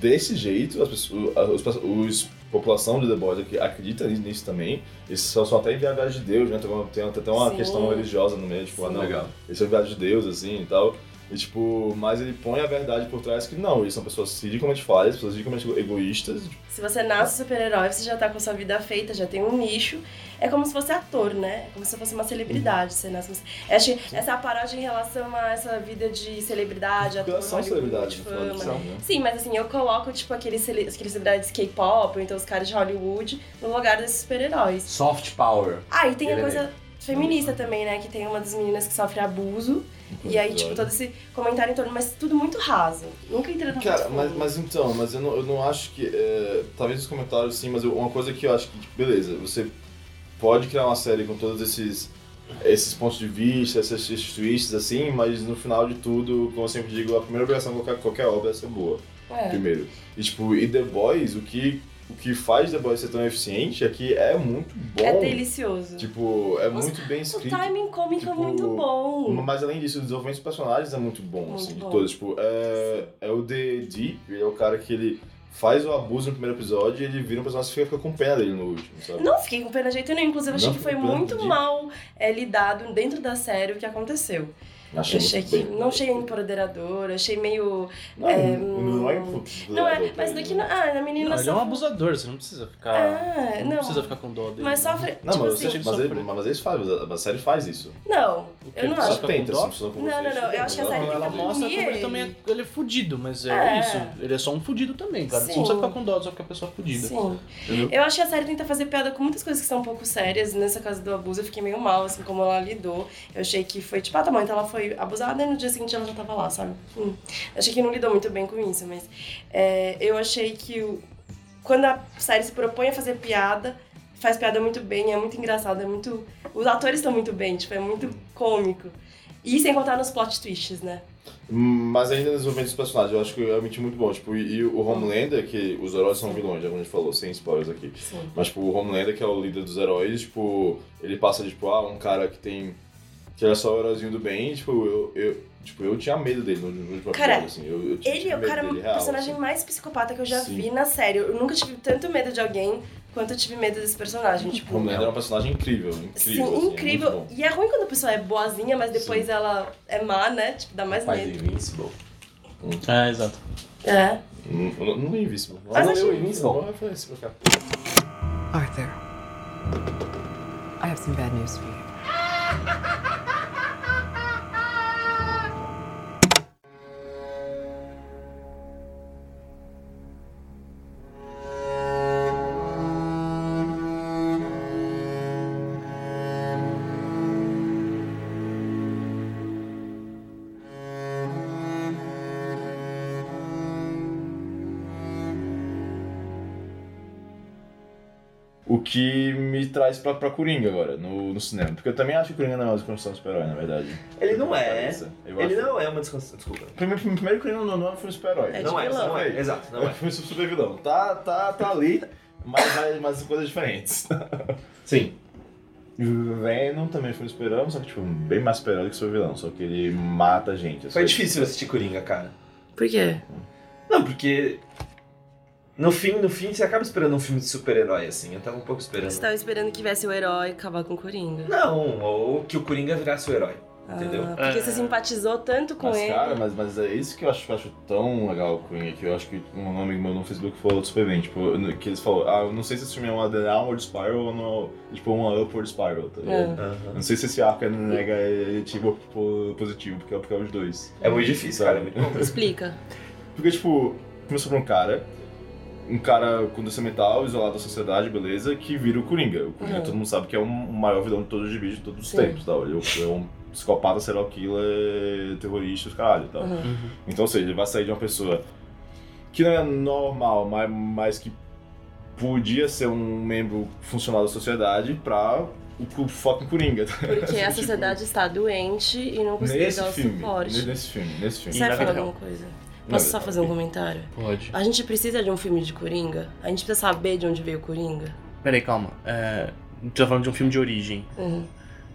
desse jeito, as pessoas, os, os população de The Boys aqui acredita nisso também. Eles só, só até em viagens de Deus, né? Tem uma- Tem até uma Sim. questão religiosa no meio, tipo, ah, não, Legal. eles são enviados de Deus, assim, e tal. E, tipo, mas ele põe a verdade por trás que não, eles são pessoas ridiculamente falhas, pessoas ridiculamente egoístas. tipo, Se você nasce super-herói, você já tá com sua vida feita, já tem um nicho. É como se fosse ator, né? É como se fosse uma celebridade. Você nasce. Você... Acho que essa é a paródia em relação a essa vida de celebridade, porque ator, elas são Hollywood, celebridades, no final fama. do céu, né? Sim, mas assim, eu coloco, tipo, aqueles, cele- aqueles celebridades K-pop, ou então os caras de Hollywood, no lugar desses super-heróis. Soft power. Ah, e tem Ele a é coisa feminista também, né? Que tem uma das meninas que sofre abuso. E aí, tipo, todo esse comentário em torno, mas tudo muito raso. Nunca entrando no Cara, fundo. mas, mas então, mas eu não, eu não acho que. é, talvez os comentários sim, mas eu- uma coisa que eu acho que, tipo, beleza, você pode criar uma série com todos esses esses pontos de vista, esses, esses twists, assim, mas no final de tudo, como eu sempre digo, a primeira obrigação de qualquer, qualquer obra é ser boa, É. primeiro. E, tipo, e The Boys, o que, o que faz The Boys ser tão eficiente é que é muito bom. É delicioso. Tipo, é Os- muito bem o escrito. timing cômico é tipo, muito bom. Mas além disso, o desenvolvimento dos personagens é muito bom, Muito assim, bom. de todos. Tipo, é, é o The Deep, ele é o cara que ele faz o abuso no primeiro episódio e ele vira um personagem que fica com pena dele no último, sabe? Não fiquei com pena de jeito nenhum. Inclusive, eu achei Não que foi ficou pena muito de- mal é, lidado dentro da série o que aconteceu. Eu muito achei que bem. não achei empoderador, achei meio. Não, é, não é impo- Não é, pra mas ele, daqui né? não. Ah, a menina Não, ele é sofre. um abusador, você não precisa ficar. Ah, não, não. precisa ficar com dó dele. né? Mas sofre. Não, tipo mas, assim, você- mas, sofre. ele- mas eles fazem, mas a, a série faz isso. Não, O quê? eu não Só acho. Só fica tenta, com dó? assim, só com Não, vocês. não, não, eu acho que a Ela- série Ela, tem ela que mostra punir como ele ele. também é, ele é fudido, mas é, É. isso. Ele é só um fudido também, cara. Você não Sim. precisa ficar com dó, só que a pessoa é fudida. Sim. Entendeu? Eu acho que a série tenta fazer piada com muitas coisas que são um pouco sérias. Nessa casa do abuso, eu fiquei meio mal, assim, como ela lidou. Eu achei que foi tipo, ah, tá bom, então ela foi abusada e no dia seguinte ela já tava lá, sabe? Hum. Achei que não lidou muito bem com isso, mas é, eu achei que o- quando a série se propõe a fazer piada, faz piada muito bem, é muito engraçado, é muito. Os atores estão muito bem, tipo, é muito cômico. E sem contar nos plot twists, né? Mas ainda no desenvolvimento dos personagens, eu acho que é realmente muito bom. Tipo, e, e o Homelander, que os heróis são vilões, já como a gente falou, sem spoilers aqui. Sim. Mas, tipo, o Homelander, que é o líder dos heróis, tipo, ele passa, tipo, ah, um cara que tem. que era só o heróizinho do bem, tipo, eu. eu tipo, eu tinha medo dele no no último Cara, episódio, assim. Eu, eu tinha Ele tinha é o medo cara, dele, o real, personagem assim. mais psicopata que eu já Sim. vi na série. Eu nunca tive tanto medo de alguém quanto eu tive medo desse personagem. O Tipo, Homelander é um personagem incrível, incrível. sim, assim, é muito incrível. bom. e é ruim quando a pessoa é boazinha, mas depois ela é má, né? Tipo, dá mais Pai medo. do Invincible. Ah, exato. É. Não, não, não li Invincible. Mas não é achei- leu Invincible. Boa referência pra cá. Arthur, I have some bad news for you. O que me traz pra, pra Coringa agora, no, no cinema. Porque eu também acho que o Coringa não é uma desconstrução de super-herói, na verdade. Ele não é. Eu Ele acho- não é uma desconstrução. Desculpa. Primeiro, primeiro Coringa não, não é um filme de super-herói. É de não é, vilão. não é. Exato, não Não é é. filme sobre super vilão. Tá, tá, tá ali, mas, mas, mas coisas diferentes. Sim. Venom também foi um super-herói, só que tipo, bem mais super-herói que super vilão, só que ele mata a gente. Foi assim. difícil assistir Coringa, cara. Por quê? Não, porque. No fim, no fim, você acaba esperando um filme de super-herói, assim. Eu tava um pouco esperando. Você tava esperando que viesse o herói e acabar com o Coringa. Não, ou que o Coringa virasse o herói. Entendeu? É. Ah, porque você simpatizou tanto com Mas, ele. cara, mas, mas é isso que eu acho, eu acho tão legal com ele, que eu acho que um amigo meu no Facebook falou do Superman, tipo, eu- que eles falaram, ah, eu não sei se esse filme é uma Downward Spiral ou uma, tipo, uma Upward Spiral, tá É. ligado? Eu Aham. Não sei se esse arco é negativo ou po- positivo, porque é porque é os dois. É muito difícil, cara. É muito complexo. Explica. Porque, tipo, começou por um cara, um cara com doença mental, isolado da sociedade, beleza, que vira o Coringa. O Coringa Uhum. todo mundo sabe que é o maior vilão de todos os gibis de todos os Sim. tempos, tal. Ele é um psicopata, serial killer, terrorista, os caralho, tal. Uhum. Então, ou seja, ele vai sair de uma pessoa que não é normal, mas, mas que podia ser um membro funcional da sociedade pra o cu- fucking Coringa. tá? Porque a Tipo, sociedade está doente e não conseguiu Nesse dar o filme, suporte. nesse filme, nesse filme. Você na vai falar vida alguma coisa? Na Posso vida só real, fazer um ok. comentário? Pode. A gente precisa de um filme de Coringa? A gente precisa saber de onde veio o Coringa? Peraí, calma. É, a gente tá falando de um filme de origem. Uhum.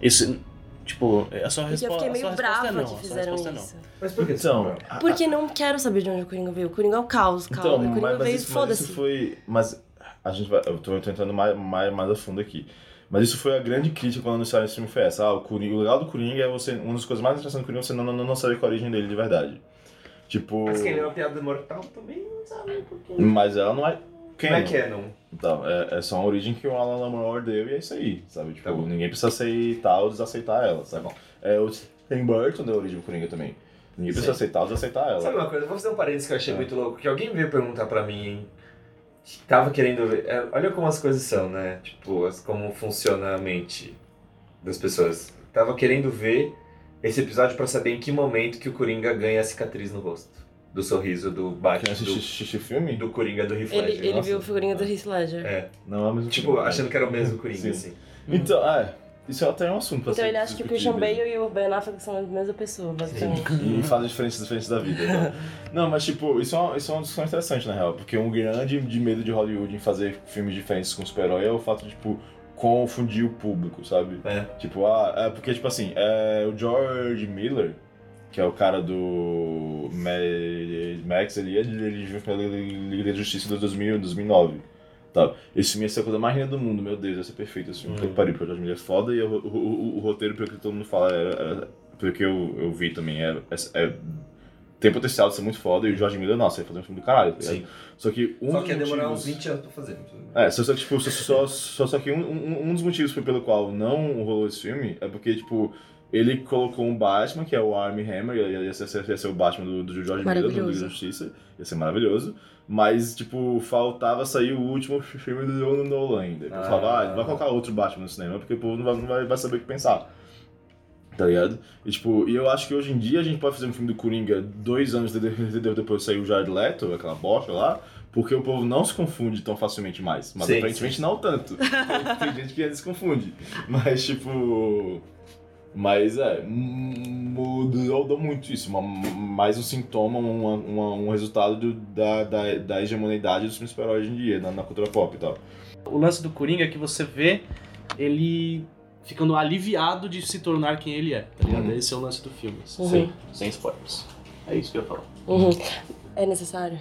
Esse. Tipo, a sua Porque eu resposta. fiquei a meio sua resposta é brava não, que a sua fizeram resposta é não. isso. Mas por que Então, a- Porque não quero saber de onde o Coringa veio. O Coringa é o caos, calma. Então, o Coringa mas, mas veio, isso, mas foda-se. isso foi. Mas A gente vai, eu tô, eu tô entrando mais, mais, mais a fundo aqui. Mas isso foi a grande crítica quando anunciaram esse filme, foi essa. Ah, o, Coringa, o legal do Coringa é você... Uma das coisas mais interessantes do Coringa é você não, não, não saber qual a origem dele de verdade. Tipo... Mas quem leu a piada mortal também não sabe por quê. Mas ela não é... Quem? Não é canon. Então, é, é só uma origem que o Alan Lamour deu e é isso aí, sabe? Tipo, Tá bom. ninguém precisa aceitar ou desaceitar ela, sabe? É, o Tim Burton deu origem pro Coringa também. Ninguém precisa aceitar ou desaceitar ela. Sabe uma coisa? Vou fazer um parênteses que eu achei É. muito louco. Que alguém veio perguntar pra mim, hein? Tava querendo ver. é, olha como as coisas são, né? Tipo, as- como funciona a mente das pessoas. Tava querendo ver esse episódio pra saber em que momento que o Coringa ganha a cicatriz no rosto. Do sorriso do Quem Batman, assiste do, xixi filme? do Coringa do Heath Ele, Ledger. ele Nossa. viu o figurinha do Heath Ledger. É, Não é o mesmo tipo, filme, né? achando que era o mesmo Coringa, Sim. assim. Então, ah, é. Isso é até um assunto pra Então ser ele acha que o discutido Christian é mesmo. Bale e o Ben Affleck são a mesma pessoa, basicamente. E fazem diferenças diferentes da vida. né? Não, mas tipo, isso é, uma, isso é uma discussão interessante, na real. Porque um grande de medo de Hollywood em fazer filmes diferentes com super-herói é o fato de, tipo, confundir o público, sabe? É. Tipo, ah, é porque, tipo assim, é, o George Miller, que é o cara do Mad Max, ele é dirigir pela Liga da Justiça de 2000, 2009. Tá. Esse filme ia ser a coisa mais linda do mundo, meu Deus, ia ser perfeito esse filme. Uhum. Puta que pariu, porque o George Miller é foda e o, o- o- o roteiro, pelo que todo mundo fala, era, era- pelo que eu, eu vi também, é, é- é- tem potencial de ser muito foda e o George Miller, nossa, ia fazer um filme do caralho, tá ligado? Sim. Só que um Só dos que ia demorar uns motivos- 20 anos pra fazer. é, só, só, que, tipo, só, só, só, só que um, um, um dos motivos pelo qual não rolou esse filme é porque, tipo, ele colocou um Batman, que é o Army Hammer, ia, ia, ser, ia ser o Batman do, do George Miller, do Liga da Maravilhoso. Justiça, ia ser maravilhoso, mas, tipo, faltava sair o último filme do Nolan ainda. Então, Ah. falava, ah, não vai colocar outro Batman no cinema, porque o povo não vai, não vai, vai saber o que pensar. Tá ligado? E, tipo, e eu acho que hoje em dia a gente pode fazer um filme do Coringa dois anos de- de- de- depois de sair o Jared Leto, aquela bosta lá, porque o povo não se confunde tão facilmente mais. Mas Sim, aparentemente não tanto. Tem gente que ainda se confunde. Mas, tipo. Mas é, mudou muito isso. Uma, mais um sintoma, uma, uma- um resultado do- da, da, da hegemonidade dos filmes super-heróis hoje em dia, na, na cultura pop e tal. O lance do Coringa é que você vê ele ficando aliviado de se tornar quem ele é, tá ligado? Uhum. Esse é o lance do filme. assim. Uhum. Sem- Sem spoilers. É isso que eu falo. Uhum. É necessário?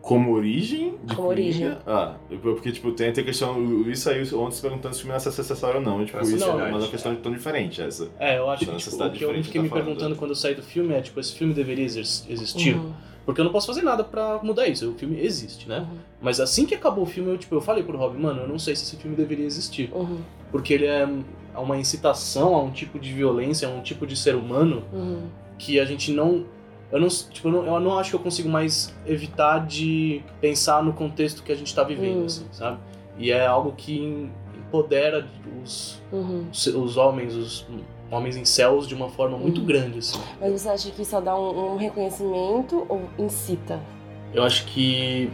Como origem? de Como origem. Coringa? Ah, eu- porque, tipo, tem, tem a questão. O Luiz saiu ontem se perguntando se o filme era necessário ou não. Tipo, Pra isso é sociedade. uma questão tão diferente essa. É, eu acho Não, que essa tipo, cidade o que eu diferente fiquei tá me falando, perguntando né? quando eu saí do filme é, tipo, esse filme deveria exer- existir? Uhum. Porque eu não posso fazer nada pra mudar isso, o filme existe, né? Uhum. Mas assim que acabou o filme, eu, tipo, eu falei pro Rob, mano, eu não sei se esse filme deveria existir. Uhum. Porque ele é uma incitação a um tipo de violência, a um tipo de ser humano Uhum. que a gente não. Eu não, tipo, eu não, eu não acho que eu consigo mais evitar de pensar no contexto que a gente tá vivendo, Hum. assim, sabe? E é algo que em- empodera os, Uhum. os homens, os homens em céus, de uma forma muito Hum. grande, assim. Mas você acha que só dá um, um reconhecimento ou incita? Eu acho que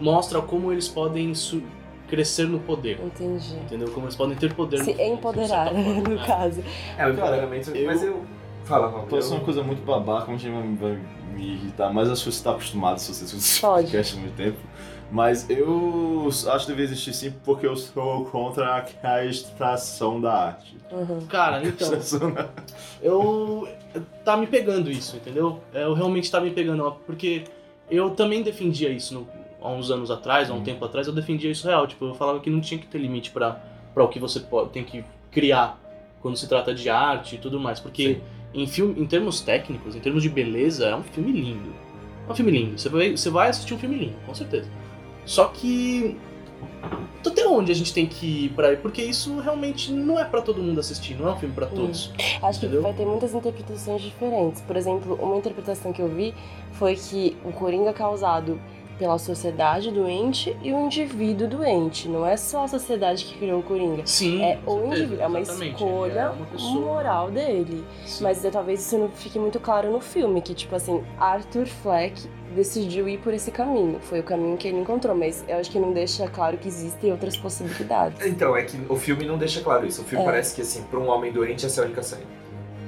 mostra como eles podem su- crescer no poder. Entendi. Entendeu? Como eles podem ter poder. Se no- empoderar, de certa forma, no né? caso. É, o empoderamento. eu- Mas eu. Fala, Rob. Pode ser eu- Então, é uma coisa muito babaca, mas vai, vai me irritar, mas acho que você está acostumado se você escuta esse Pode. podcast há muito tempo. Mas eu acho que deveria existir sim, porque eu sou contra a castração da arte. Uhum. Cara, então, Castração da- eu. Tá me pegando isso, entendeu? Eu realmente tá me pegando, ó, porque eu também defendia isso no- há uns anos atrás, há um tempo atrás, eu defendia isso real. Tipo, eu falava que não tinha que ter limite pra pra o que você pode, tem que criar quando se trata de arte e tudo mais. Porque em, filme, em termos técnicos, em termos de beleza, é um filme lindo. É um filme lindo. Você vai, você vai assistir um filme lindo, com certeza. Só que. então, Até onde a gente tem que ir pra ir? Porque isso realmente não é pra todo mundo assistir, não é um filme pra todos. Acho que Entendeu? vai ter muitas interpretações diferentes. Por exemplo, uma interpretação que eu vi foi que o Coringa é causado pela sociedade doente e o indivíduo doente. Não é só a sociedade que criou o Coringa. Sim. É com o certeza, indivíduo, é uma exatamente. escolha É uma pessoa. moral dele. Sim. Mas é, talvez isso não fique muito claro no filme, que tipo assim, Arthur Fleck decidiu ir por esse caminho. Foi o caminho que ele encontrou, mas eu acho que não deixa claro que existem outras possibilidades. Então, é que o filme não deixa claro isso. O filme É. parece que, assim, pra um homem doente, essa é a única saída.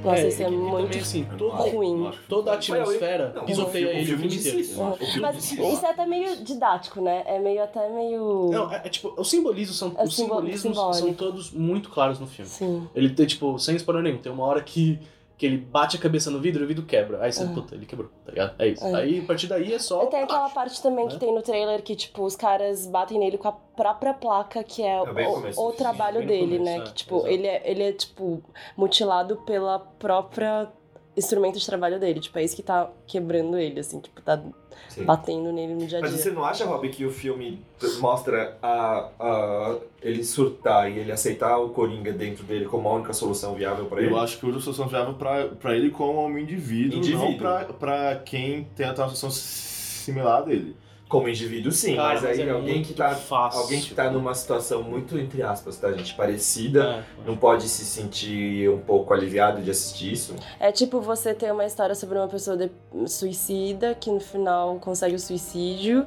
Nossa, É, isso e- é e também, muito assim, Eu não todo- acho, ruim. não acho. toda a Ué, eu- atmosfera não, pisoteia o ele o filme filme disse inteiro. isso. Eu acho. Ah, Mas isso é até meio didático, né? É meio até meio. Não, é, é tipo, os simbolismos são, É os simbol- simbolismos são simbólico. todos muito claros no filme. Sim. Ele tem, tipo, sem spoiler nenhum, tem uma hora que que ele bate a cabeça no vidro e o vidro quebra. Aí você, puta, ele quebrou, tá ligado? É isso. Ah. É. Aí a partir daí é só. Tem aquela parte também que tem no trailer que, tipo, os caras batem nele com a própria placa, que é É bem no o, começo o do filme, trabalho bem no dele, né? começo, é, que, tipo, exato. ele é, ele é, tipo, mutilado pela própria instrumento de trabalho dele. Tipo, é isso que tá quebrando ele, assim, tipo, tá Sim. batendo nele no dia a Mas dia. você não acha, Rob, que o filme mostra a, a- ele surtar e ele aceitar o Coringa dentro dele como a única solução viável pra ele? Eu acho que usa a solução viável pra, pra ele como um indivíduo, Indivíduo. não pra, pra quem tenta uma solução similar a dele. Como indivíduo, sim, Cara, mas aí é alguém, que muito tá, Fácil. alguém que tá numa situação muito, entre aspas, tá, gente, parecida, É. não pode se sentir um pouco aliviado de assistir isso? É tipo você ter uma história sobre uma pessoa de- suicida que no final consegue o suicídio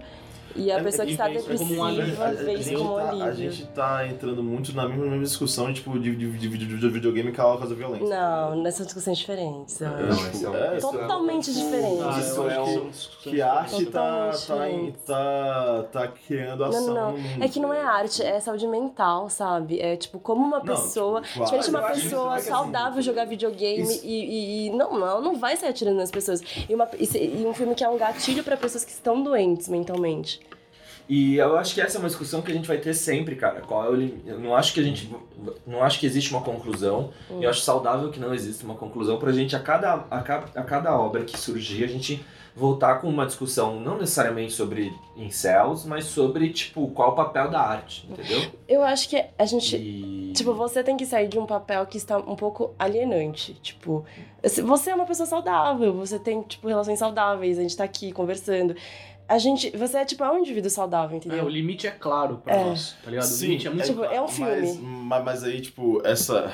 e a É, pessoa que e está vê isso depressiva como um alívio. A- vê isso gente como um tá, a alívio. gente tá entrando muito na mesma, mesma discussão tipo, de, de, de, de, de videogame que ela causa violência. Não, nessa discussão é diferente. eu acho. Não, isso é um- É, isso é um- Totalmente diferente. Ah, Isso eu é acho que o- são discussões Que a arte tá, Totalmente tá, em- tá, tá criando ação Não, não, no mundo. tá É que não é arte, é saúde mental, sabe? É tipo, como uma Não, pessoa. tipo, claro, diferente de uma eu acho que pessoa isso é que, assim, saudável jogar videogame isso- e, e- e- Não, não, não vai sair atirando nas pessoas. E, uma- e se- e um filme que é um gatilho pra pessoas que estão doentes mentalmente. E eu acho que essa é uma discussão que a gente vai ter sempre, cara. Qual é o lim- Eu não acho que a gente. Não acho que existe uma conclusão. Hum. Eu acho saudável que não exista uma conclusão pra gente, a cada, a, ca- a cada obra que surgir, a gente voltar com uma discussão, não necessariamente sobre incels, mas sobre, tipo, qual o papel da arte, entendeu? Eu acho que a gente. E... Tipo, você tem que sair de um papel que está um pouco alienante. Tipo, se- você é uma pessoa saudável, você tem, tipo, relações saudáveis, a gente tá aqui conversando. A gente. Você é, tipo, é um indivíduo saudável, É, entendeu? o limite é claro pra É. nós, tá ligado? o Sim, limite é muito Tipo, claro. é um Mas, filme. mas, mas aí, tipo, essa.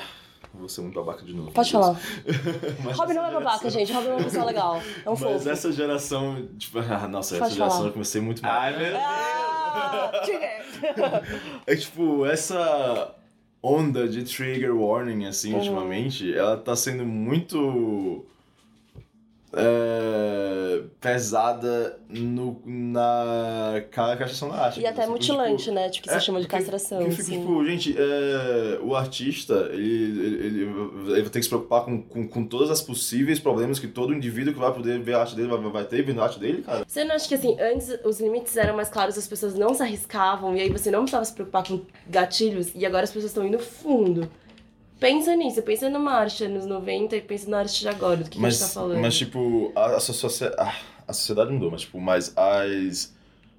Vou ser muito babaca de novo. Pode falar. Mas Robin não é essa geração- babaca, gente. Robin é uma pessoa legal. É um Mas fofo. essa geração. Tipo, ah, nossa, essa Pode geração falar. eu comecei muito mal. Ai, meu Ah, tigre. É que, é tipo, essa onda de trigger warning, assim, Uhum. ultimamente, ela tá sendo muito. é, pesada no, na ca- castração da arte. e até Tipo, mutilante, né? Tipo, que se é, chama de porque- castração. Porque fica assim. tipo, gente, é, o artista, ele, ele, ele- ele vai ter que se preocupar com, com, com todas as possíveis problemas que todo indivíduo que vai poder ver a arte dele vai, vai ter vindo a arte dele, cara. Você não acha que assim, antes os limites eram mais claros, as pessoas não se arriscavam, e aí você não precisava se preocupar com gatilhos, e agora as pessoas estão indo fundo. Pensa nisso, pensa numa arte nos 90 e pensa na arte de agora, do que, mas, a gente tá falando. mas tipo, a, a, socie- a, a sociedade mudou, mas tipo, mas as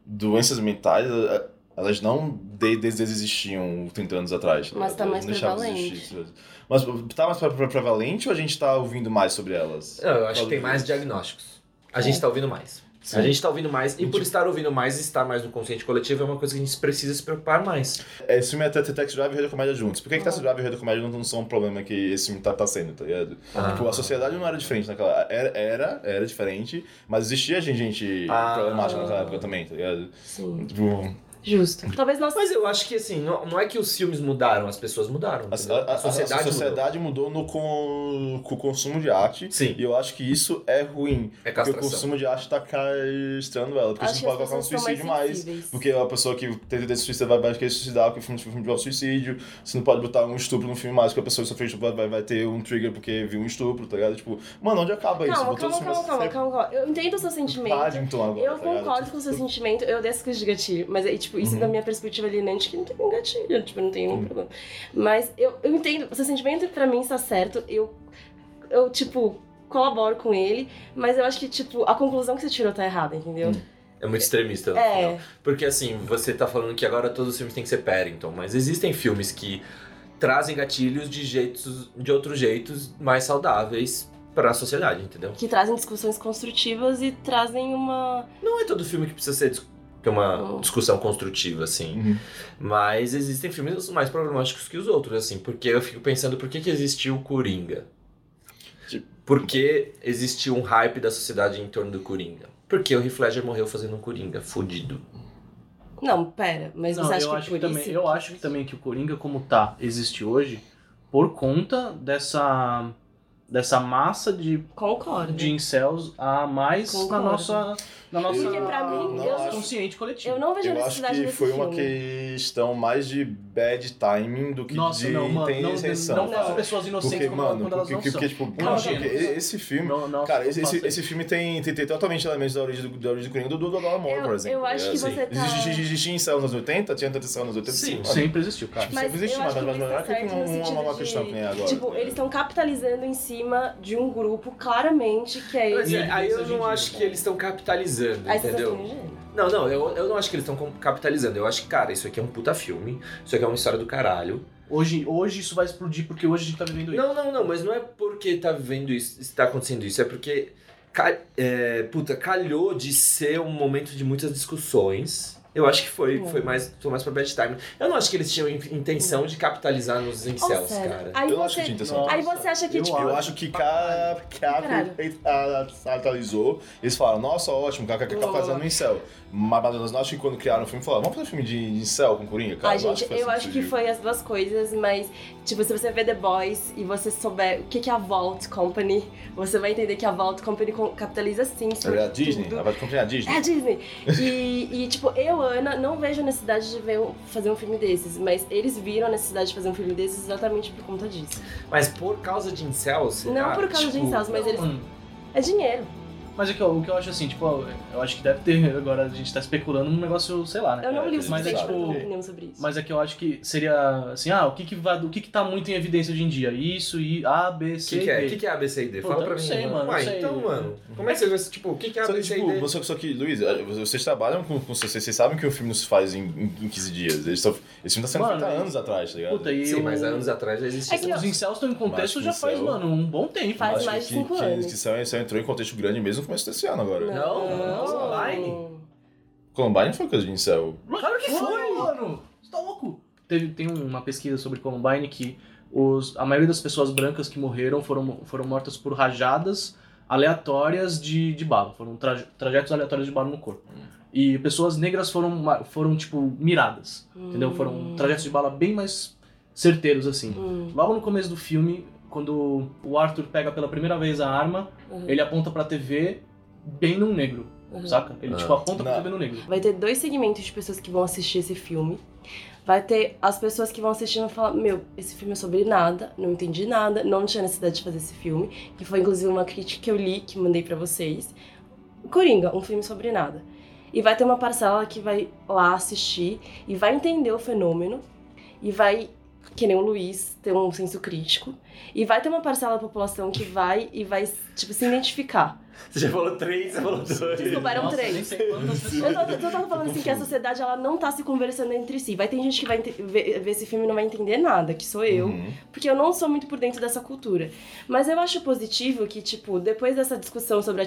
doenças mentais, eh, elas não de, de, existiam 30 anos atrás. Mas tá Elas mais não deixavam de prevalente. existir. Mas tá mais pre- pre- prevalente ou a gente tá ouvindo mais sobre elas? É, Eu acho que tem mais diagnósticos. A gente tá ouvindo mais. A gente tá ouvindo mais, e por estar ouvindo mais e estar mais no consciente coletivo é uma coisa que a gente precisa se preocupar mais. É, esse filme é até Tax Drive e Rede Comédia juntos. Por que, que Ah. Taxi Drive e Rede Comédia não são um problema que esse filme tá, tá sendo, tá ligado? Ah. Tipo, a sociedade não era diferente naquela era Era, era diferente, mas existia gente, gente Ah. problemática naquela época também, tá ligado? Sim. Tipo, Justo. Talvez nós. Mas eu acho que assim, não, não é que os filmes mudaram, as pessoas mudaram. a, entendeu? a- a- a sociedade, mudou. mudou, no com, com o consumo de arte. Sim. E eu acho que isso é ruim. Porque É o castração. consumo de arte tá castrando ela. Porque acho você que não pode as colocar um pessoas estão suicídio mais. sensíveis. Porque a pessoa que teve desse suicídio vai, vai querer se suicidar, porque o filme, filme envolve suicídio. Você não pode botar um estupro no filme mais, porque a pessoa que sofreu estupro vai, vai ter um trigger porque viu um estupro, tá ligado? Tipo, mano, onde acaba isso? Calma, Botou calma, os filmes calma, calma, sempre calma, calma. Eu entendo o seu sentimento. Paddington agora, Eu tá ligado? concordo com o seu sentimento, eu dei essa coisa de gatilho, mas é tipo, isso da Uhum. minha perspectiva alienante que não tem nenhum gatilho, tipo, não tem nenhum problema. Mas eu, eu entendo, o seu sentimento pra mim está certo, eu, eu, tipo, colaboro com ele, mas eu acho que, tipo, a conclusão que você tirou tá errada, entendeu? Hum, É muito extremista. tá no É. final. Porque assim, você tá falando que agora todos os filmes têm que ser Paddington, mas existem filmes que trazem gatilhos de jeitos, de outros jeitos mais saudáveis pra sociedade, entendeu? Que trazem discussões construtivas e trazem uma. Não é todo filme que precisa ser dis- ter uma Hum. discussão construtiva, assim. Uhum. Mas existem filmes mais problemáticos que os outros, assim. Porque eu fico pensando por que, que existiu o Coringa? Tipo- Por que existiu um hype da sociedade em torno do Coringa? Porque o Heath Ledger morreu fazendo um Coringa, fudido. Não, pera, mas Não, você acha eu que acho por que também, isso. eu acho que também que o Coringa como tá existe hoje por conta dessa dessa massa de, Concordo. de incels a mais Concordo. na nossa na nossa Porque pra mim, Não eu, acho- consciente coletivo. eu não vejo a Eu acho necessidade que desse foi uma filme. questão mais de bad timing do que Nossa, de não, mano. Não, intenção. não, cara. faça pessoas inocentes Porque, como- mano, quando elas porque, não porque, são. tipo, Não, porque gente. esse filme. Não, não, cara, esse, não esse, faça esse filme tem, tem, tem totalmente elementos da origem do, da origem do Coringa do Dodô Amor, Eu- por exemplo. eu acho É que você tá- Existia existia em céu nos anos 80, tinha tradição nos 80, Sim, sim. sempre existiu, cara. Sempre existe, eu acho mas- mas- mas que você não é que tá certo no uma- uma sentido questão de- que nem agora, Tipo, né? eles estão capitalizando em cima de um grupo, claramente, que é Mas esse. é, aí eu Hoje em não dia, acho né? que eles estão capitalizando, Aí você tá entendeu? sendo ingênuo. Não, não, eu, eu não acho que eles estão capitalizando. Eu acho que, cara, isso aqui é um puta filme. Isso aqui é uma história do caralho. Hoje, hoje isso vai explodir porque hoje a gente tá vivendo isso. Não, não, não, mas não é porque tá vivendo isso, está acontecendo isso, é porque ca- é, puta, calhou de ser um momento de muitas discussões. Eu acho que foi, Hum. foi mais, foi mais pra bad time. Eu não acho que eles tinham in- intenção de capitalizar nos Ou incels, sério. cara. Aí Eu não acho que você. tinha intenção. Aí você acha que, Eu tipo, Eu acho que ca- Caralho. capitalizou. Eles falaram, nossa, ótimo, ca- ca- capitalizando no Incel. Mas mas eu acho que quando criaram o filme, falaram, vamos fazer um filme de de Incel com Coringa, cara? Ah, gente, foi assim eu acho que surgiu. foi as duas coisas, mas, tipo, se você ver The Boys e você souber o que que é a Vault Company, você vai entender que a Vault Company co- capitaliza sim. sobre É a Disney, tudo. ela vai comprar a Disney. É a Disney. E, e, tipo, eu, Ana, não vejo a necessidade de ver um- fazer um filme desses, mas eles viram a necessidade de fazer um filme desses exatamente por conta disso. Mas por causa de incels. não ah, por causa de tipo, incels, mas eles. Hum. É dinheiro. Mas é que, ó, o que eu acho assim, tipo, ó, eu acho que deve ter agora, a gente tá especulando num negócio, sei lá, né? Eu não li o Mas é suficiente pra ter uma tipo- opinião sobre isso. Mas é que eu acho que seria assim, ah, o que que, vai, o que, que tá muito em evidência hoje em dia? Isso e A, B, O C, que, que é? D. O que, que é ABCD? Fala Puta, eu pra não mim. sei, mano, Ué, não sei. então, mano, como é que você. Tipo, o que, que é Só que, ABCD? tipo, só, só que, Luiz, vocês trabalham com, com vocês, vocês sabem que o filme não se faz em, em em 15 dias. Eles só, esse filme tá sendo Mano, feito há e- anos atrás, tá ligado? Puta, e é? Sim, eu- mas há anos atrás já existia. É que Os incels estão em contexto Mas já com faz, incel- mano, um bom tempo. Faz Acho mais que- de cinco que, anos. Que, isso aí- isso aí entrou em contexto grande mesmo no começo desse ano agora. Não, não. Columbine não foi coisa de incel. Claro que foi, mano! Você tá louco? Teve, tem uma pesquisa sobre Columbine que os, a maioria das pessoas brancas que morreram foram, foram mortas por rajadas aleatórias de, de bala. Foram traje- trajetos aleatórios de bala no corpo. E pessoas negras foram, ma- foram tipo, miradas. Entendeu? Foram trajetos de bala bem mais certeiros, assim. Hum. Logo no começo do filme, quando o Arthur pega pela primeira vez a arma, Uhum. ele aponta pra TV bem num negro, Uhum. saca? Ele, Ah. tipo, aponta pra Não. TV num negro. Vai ter dois segmentos de pessoas que vão assistir esse filme. Vai ter as pessoas que vão assistindo e falar: Meu, esse filme é sobre nada, não entendi nada, não tinha necessidade de fazer esse filme. Que foi inclusive uma crítica que eu li, que mandei pra vocês. Coringa, um filme sobre nada. E vai ter uma parcela que vai lá assistir e vai entender o fenômeno e vai, que nem o Luiz, ter um senso crítico. E vai ter uma parcela da população que vai e vai, tipo, se identificar. Você já falou três, você falou dois. Desculpa, eram Nossa, três. nem sei quantas Eu pessoas- tô, eu tô falando assim que a sociedade ela não tá se conversando entre si. Vai ter gente que vai ente- ver, ver esse filme e não vai entender nada, que sou eu, Uhum. porque eu não sou muito por dentro dessa cultura. Mas eu acho positivo que, tipo, depois dessa discussão sobre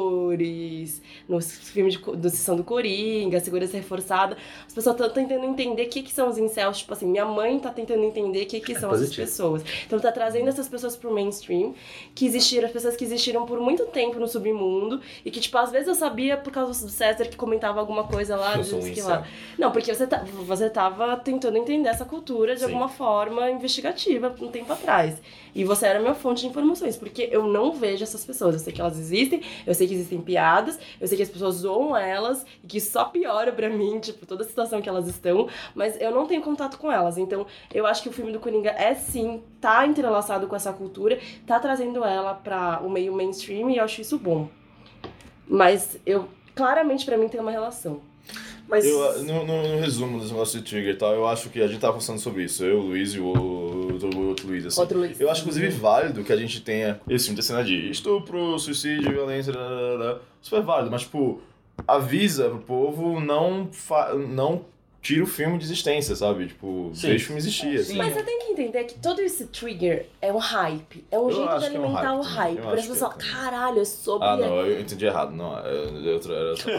atiradores, nos filmes de, co- do Sessão do Coringa, Segurança Reforçada, as pessoas estão tentando entender o que, que são os incels. Tipo assim, minha mãe tá tentando entender o que, que são essas É positivo. pessoas. Então tá trazendo essas pessoas pro mainstream, que existiram, as pessoas que existiram por muito tempo no submundo, e que, tipo, às vezes eu sabia por causa do César que comentava alguma coisa lá, Eu sou um diz que incel. Ah, lá. Não, porque você, tá, você tava tentando entender essa cultura de Sim. alguma forma investigativa um tempo atrás. E você era minha fonte de informações, porque eu não vejo essas pessoas. Eu sei que elas existem, eu sei que existem piadas, eu sei que as pessoas zoam elas, e que só piora pra mim, tipo, toda a situação que elas estão, mas eu não tenho contato com elas. Então, eu acho que o filme do Coringa é sim, tá entrelaçado com essa cultura, tá trazendo ela pra o meio mainstream e eu acho isso bom. Mas eu, claramente pra mim tem uma relação. Mas. Eu, no, no- no resumo desse negócio de trigger e tal, eu acho que a gente tava conversando sobre isso. Eu, o Luiz e o, outro- o outro Luiz, assim. Outro Luiz. Eu acho, inclusive, válido que a gente tenha esse filme da cena de estupro, suicídio, violência, blá, blá, blá, blá. super válido, mas, tipo, avisa pro povo, não, fa- não tira o filme de existência, sabe? Tipo, Sim. deixa o filme existir, assim. Sim. Mas você tem que entender que todo esse trigger é um hype. É um Eu jeito de acho que é um alimentar hype o também. hype. Eu Por as acho que é pessoas, também. caralho, é sobre. Ah, não, eu entendi errado. Não, eu, eu, era só...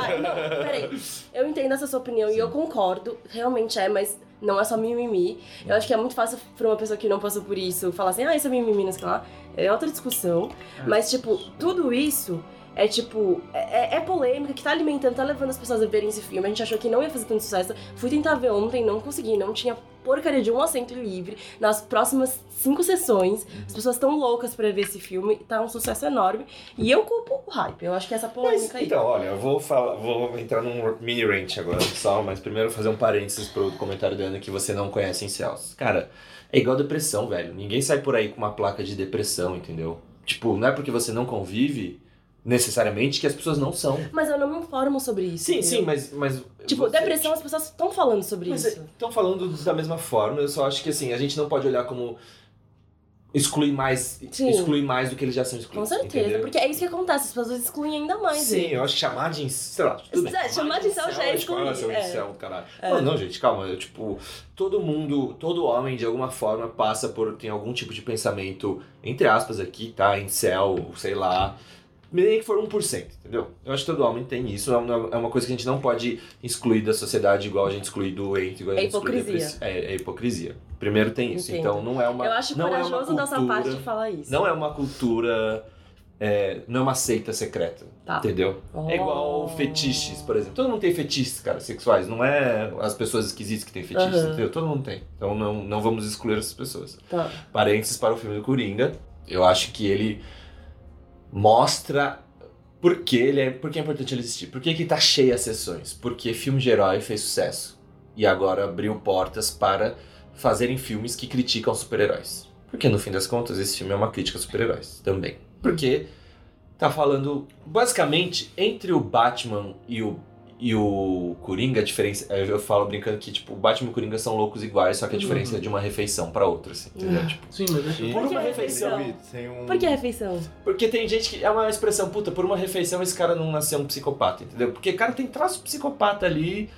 Ai, não, peraí. Eu entendo essa sua opinião e eu concordo. Realmente é, mas não é só mimimi. Eu acho que é muito fácil pra uma pessoa que não passou É. por isso falar assim, ah, isso é mimimi, não sei o que lá. É outra discussão. Mas, tipo, tudo isso é tipo, é, é polêmica, que tá alimentando, tá levando as pessoas a verem esse filme. A gente achou que não ia fazer tanto sucesso. Fui tentar ver ontem, não consegui, não tinha porcaria de um assento livre. Nas próximas cinco sessões, as pessoas estão loucas pra ver esse filme, tá um sucesso enorme. E eu culpo o hype, eu acho que é essa polêmica Mas, aí. então, olha, eu vou, falar, vou entrar num mini rant agora, pessoal, mas primeiro eu vou fazer um parênteses pro comentário da Ana que você não conhece em Celso. Cara, é igual depressão, velho. Ninguém sai por aí com uma placa de depressão, entendeu? Tipo, não é porque você não convive necessariamente que as pessoas não são. Mas eu não me informo sobre isso. Sim, sim, entendeu? mas. mas Tipo, você- depressão, as pessoas estão falando sobre Mas é, isso. estão falando da mesma forma, eu só acho que assim, a gente não pode olhar como excluir mais, Sim. excluir mais do que eles já são Com excluídos. certeza, entendeu? porque é isso que acontece, as pessoas excluem ainda mais. né? Sim, ele. eu acho que chamar de. Sei lá, tudo bem. É, chamar de incel já é Tipo, ah, seu excluir, é. incel, caralho. Não, não, gente, calma. Eu, tipo, todo mundo, todo homem, de alguma forma, passa por. tem algum tipo de pensamento, entre aspas, aqui, tá? Incel, sei lá. Nem que for 1%, entendeu? Eu acho que todo homem tem isso. É uma, é uma coisa que a gente não pode excluir da sociedade igual a gente exclui doente, igual a É gente exclui hipocrisia. depressi- É, é hipocrisia. Primeiro tem isso. Entendo. Então não é uma. Eu acho não é uma corajoso da sua cultura- parte de falar isso. Não é uma cultura. é, não é uma seita secreta. Tá. Oh. Entendeu? É igual fetiches, por exemplo. Todo mundo tem fetiches, cara, sexuais. Não é as pessoas esquisitas que têm fetiches, Aham. entendeu? Todo mundo tem. Então não, não vamos excluir essas pessoas. Tá. Parênteses para o filme do Coringa. Eu acho que ele mostra por que ele é, por que é importante ele existir. Por que, que tá cheio as sessões? Porque filme de herói fez sucesso. E agora abriu portas para fazerem filmes que criticam super-heróis. Porque no fim das contas, esse filme é uma crítica a super-heróis também. Porque tá falando. Basicamente, entre o Batman e o, e o Coringa, a diferença. Eu eu falo brincando que, tipo, o Batman e o Coringa são loucos iguais, só que a diferença é de uma refeição pra outra, assim, entendeu? Tipo, é Sim, mas E- por que uma a refeição. refeição? Tem um... Por que refeição? Porque tem gente que. É uma expressão, puta, por uma refeição esse cara não nasceu um psicopata, entendeu? Porque, cara, tem traço psicopata ali.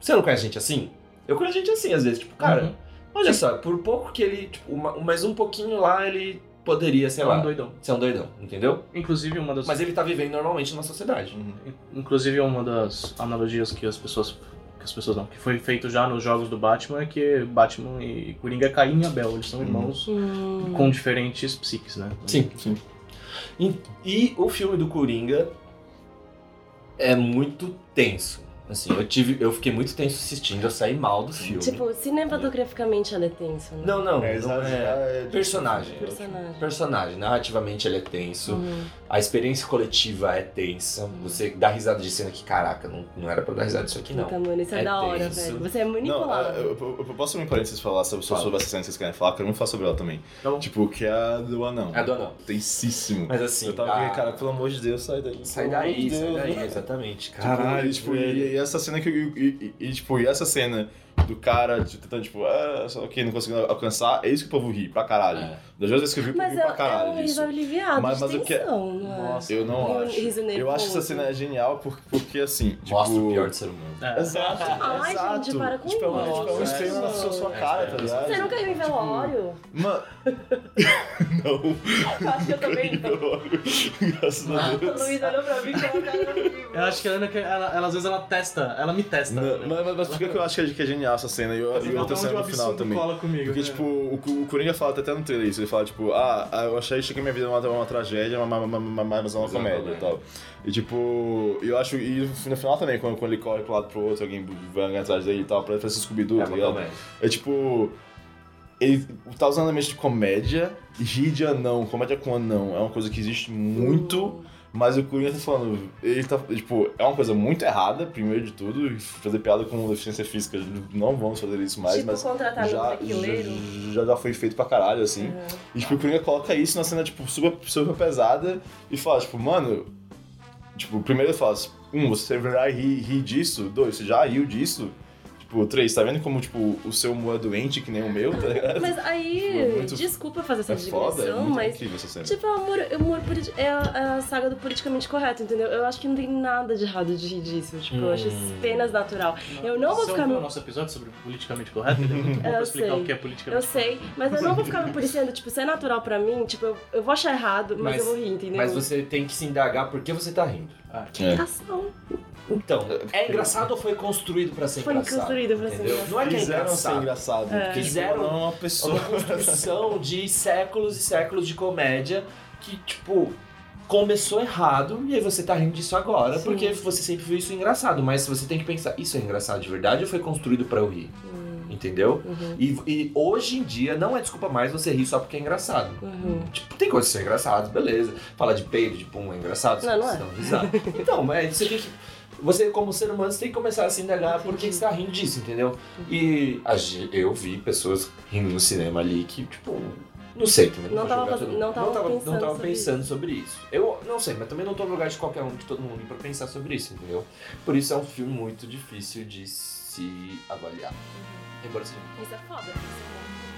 Você não conhece gente assim? Eu conheço gente assim, às vezes, tipo, um cara, Uhum. olha só, por pouco que ele. Tipo, uma, mais um pouquinho lá ele poderia, sei é um lá, doidão. ser um doidão, entendeu? Inclusive, uma das Mas ele tá vivendo normalmente na sociedade. Uhum. Inclusive, uma das analogias que as pessoas. Que as pessoas não. Que foi feito já nos jogos do Batman é que Batman e Coringa é Caim e Abel. Eles são Uhum. irmãos Hum. com diferentes psiques, né? Sim. Sim. E, e o filme do Coringa é muito tenso. Assim, eu tive, eu fiquei muito tenso assistindo, eu saí mal do filme. Tipo, cinematograficamente ela é tenso, né? não, não, É, não é exagerado, é de- personagem. Personagem. personagem, narrativamente ele é tenso, Hum. a experiência coletiva é tensa, Uhum. você dá risada de cena que caraca, não, não era pra dar risada disso aqui não. Puta, mano, isso é, É da hora, tenso. velho. Você é Não, ah, manipulado. eu, eu, eu posso me parênteses falar sobre, Fala. sobre essa cena que vocês querem falar? Eu quero muito falar sobre ela também. Tá bom. Tipo, que é a do anão. A do anão. Tensíssimo. Mas assim, eu tava a- aqui, cara, pelo amor de Deus, sai daí. sai pelo amor de daí, sai Deus, daí, né? exatamente, Caralho, caralho, tipo, velho. e, e essa cena que. E, e- e, tipo, e essa cena do cara de- tentando, tipo, ah, só que não conseguindo alcançar, é isso que o povo ri pra caralho. É. Das vezes que eu vi, o povo Mas ri é, pra é caralho um riso disso. aliviado Mas- de mas o que é- tensão, não é? Eu não E um acho. riso Eu acho essa nervoso. cena genial por- porque, assim. Tipo, Mostra o pior do ser humano. É. Exato, Ai, exato. gente, para com tipo, É um, isso. tipo, é um espelho na sua, sua cara, É, tá ligado? Você nunca viu em velório? Mano. não. Eu acho que eu também não. Graças a O Deus. Luiz olhou pra mim e falou, cara, eu não vi. Eu acho que a Ana, que ela, ela, às vezes, ela testa. Ela me testa. Não, mas, mas, mas por que que eu acho que é, que é genial essa cena e o- e outra cena no final também? Cola comigo, Porque, né? tipo, o, o Coringa fala até no trailer isso. Ele fala, tipo, ah, ah, eu achei que minha vida era uma, uma tragédia, mas, mas, mas, mas, mas é uma Mas é uma comédia e comédia. tal. E, tipo, eu acho. E no final também, quando, quando ele corre pro lado pro outro, alguém vai atrás dele e tal, parece esse Scooby-Doo, É tá uma ligado? comédia. É tipo. Ele tá usando elementos de comédia, e rir de anão, comédia com anão. É uma coisa que existe muito, mas o Coringa tá falando. Ele tá. Tipo, é uma coisa muito errada, primeiro de tudo. e Fazer piada com deficiência física, não vamos fazer isso mais, Tipo, mas. contratar um Já, maquileiro. já, já foi feito pra caralho, assim. E tipo, o Coringa coloca isso na cena, tipo, super, super pesada e fala, tipo, mano. Tipo, primeiro ele fala, um, você vai rir, rir disso, dois, você já riu disso. Tipo, três, tá vendo como, tipo, o seu humor é doente, que nem o meu, tá ligado? Mas aí, É muito- desculpa fazer essa é foda, é digressão, muito mas incrível essa cena. Tipo, é o humor, é o humor politi- é a, é a saga do politicamente correto, entendeu? Eu acho que não tem nada de errado de rir disso. Tipo, eu acho Hum. apenas natural. Eu não vou Você ficar ouviu é o me. nosso episódio sobre politicamente correto? Ele é muito bom Eu pra explicar sei. o que é politicamente Eu sei, mas eu não vou ficar me policiando. Tipo, se é natural pra mim, tipo, eu, eu vou achar errado, mas, Mas- eu vou rir, entendeu? Mas você tem que se indagar por que você tá rindo. É. Ação. Então, é engraçado ou foi construído pra ser Foi engraçado? construído pra ser entendeu? engraçado. Não é que é Fizeram ser engraçado. engraçado. É. porque, tipo, Fizeram- Então, não é uma É uma pessoa. construção de séculos e séculos de comédia que, tipo, começou errado e aí você tá rindo disso agora Sim. porque você sempre viu isso engraçado, mas você tem que pensar, isso é engraçado de verdade ou foi construído pra eu rir? Entendeu? Uhum. E, e hoje em dia não é desculpa mais você rir só porque é engraçado. Uhum. Tipo, tem coisas que são engraçadas, beleza. Falar de peido, de pum, é engraçado. Não, não vocês é. dão risada. Então, mas você tem que. Você, como ser humano, você tem que começar a se indagar por que que você tá rindo disso, entendeu? E a ge- eu vi pessoas rindo no cinema ali que, tipo, não sei também. Não vou tava julgar faz- todo mundo. não tava não pensando tava sobre pensando sobre isso. Eu não sei, mas também não tô no lugar de qualquer um, de todo mundo, pra pensar sobre isso, entendeu? Por isso é um filme Uhum. muito difícil de se avaliar. Embora seja Isso é foda.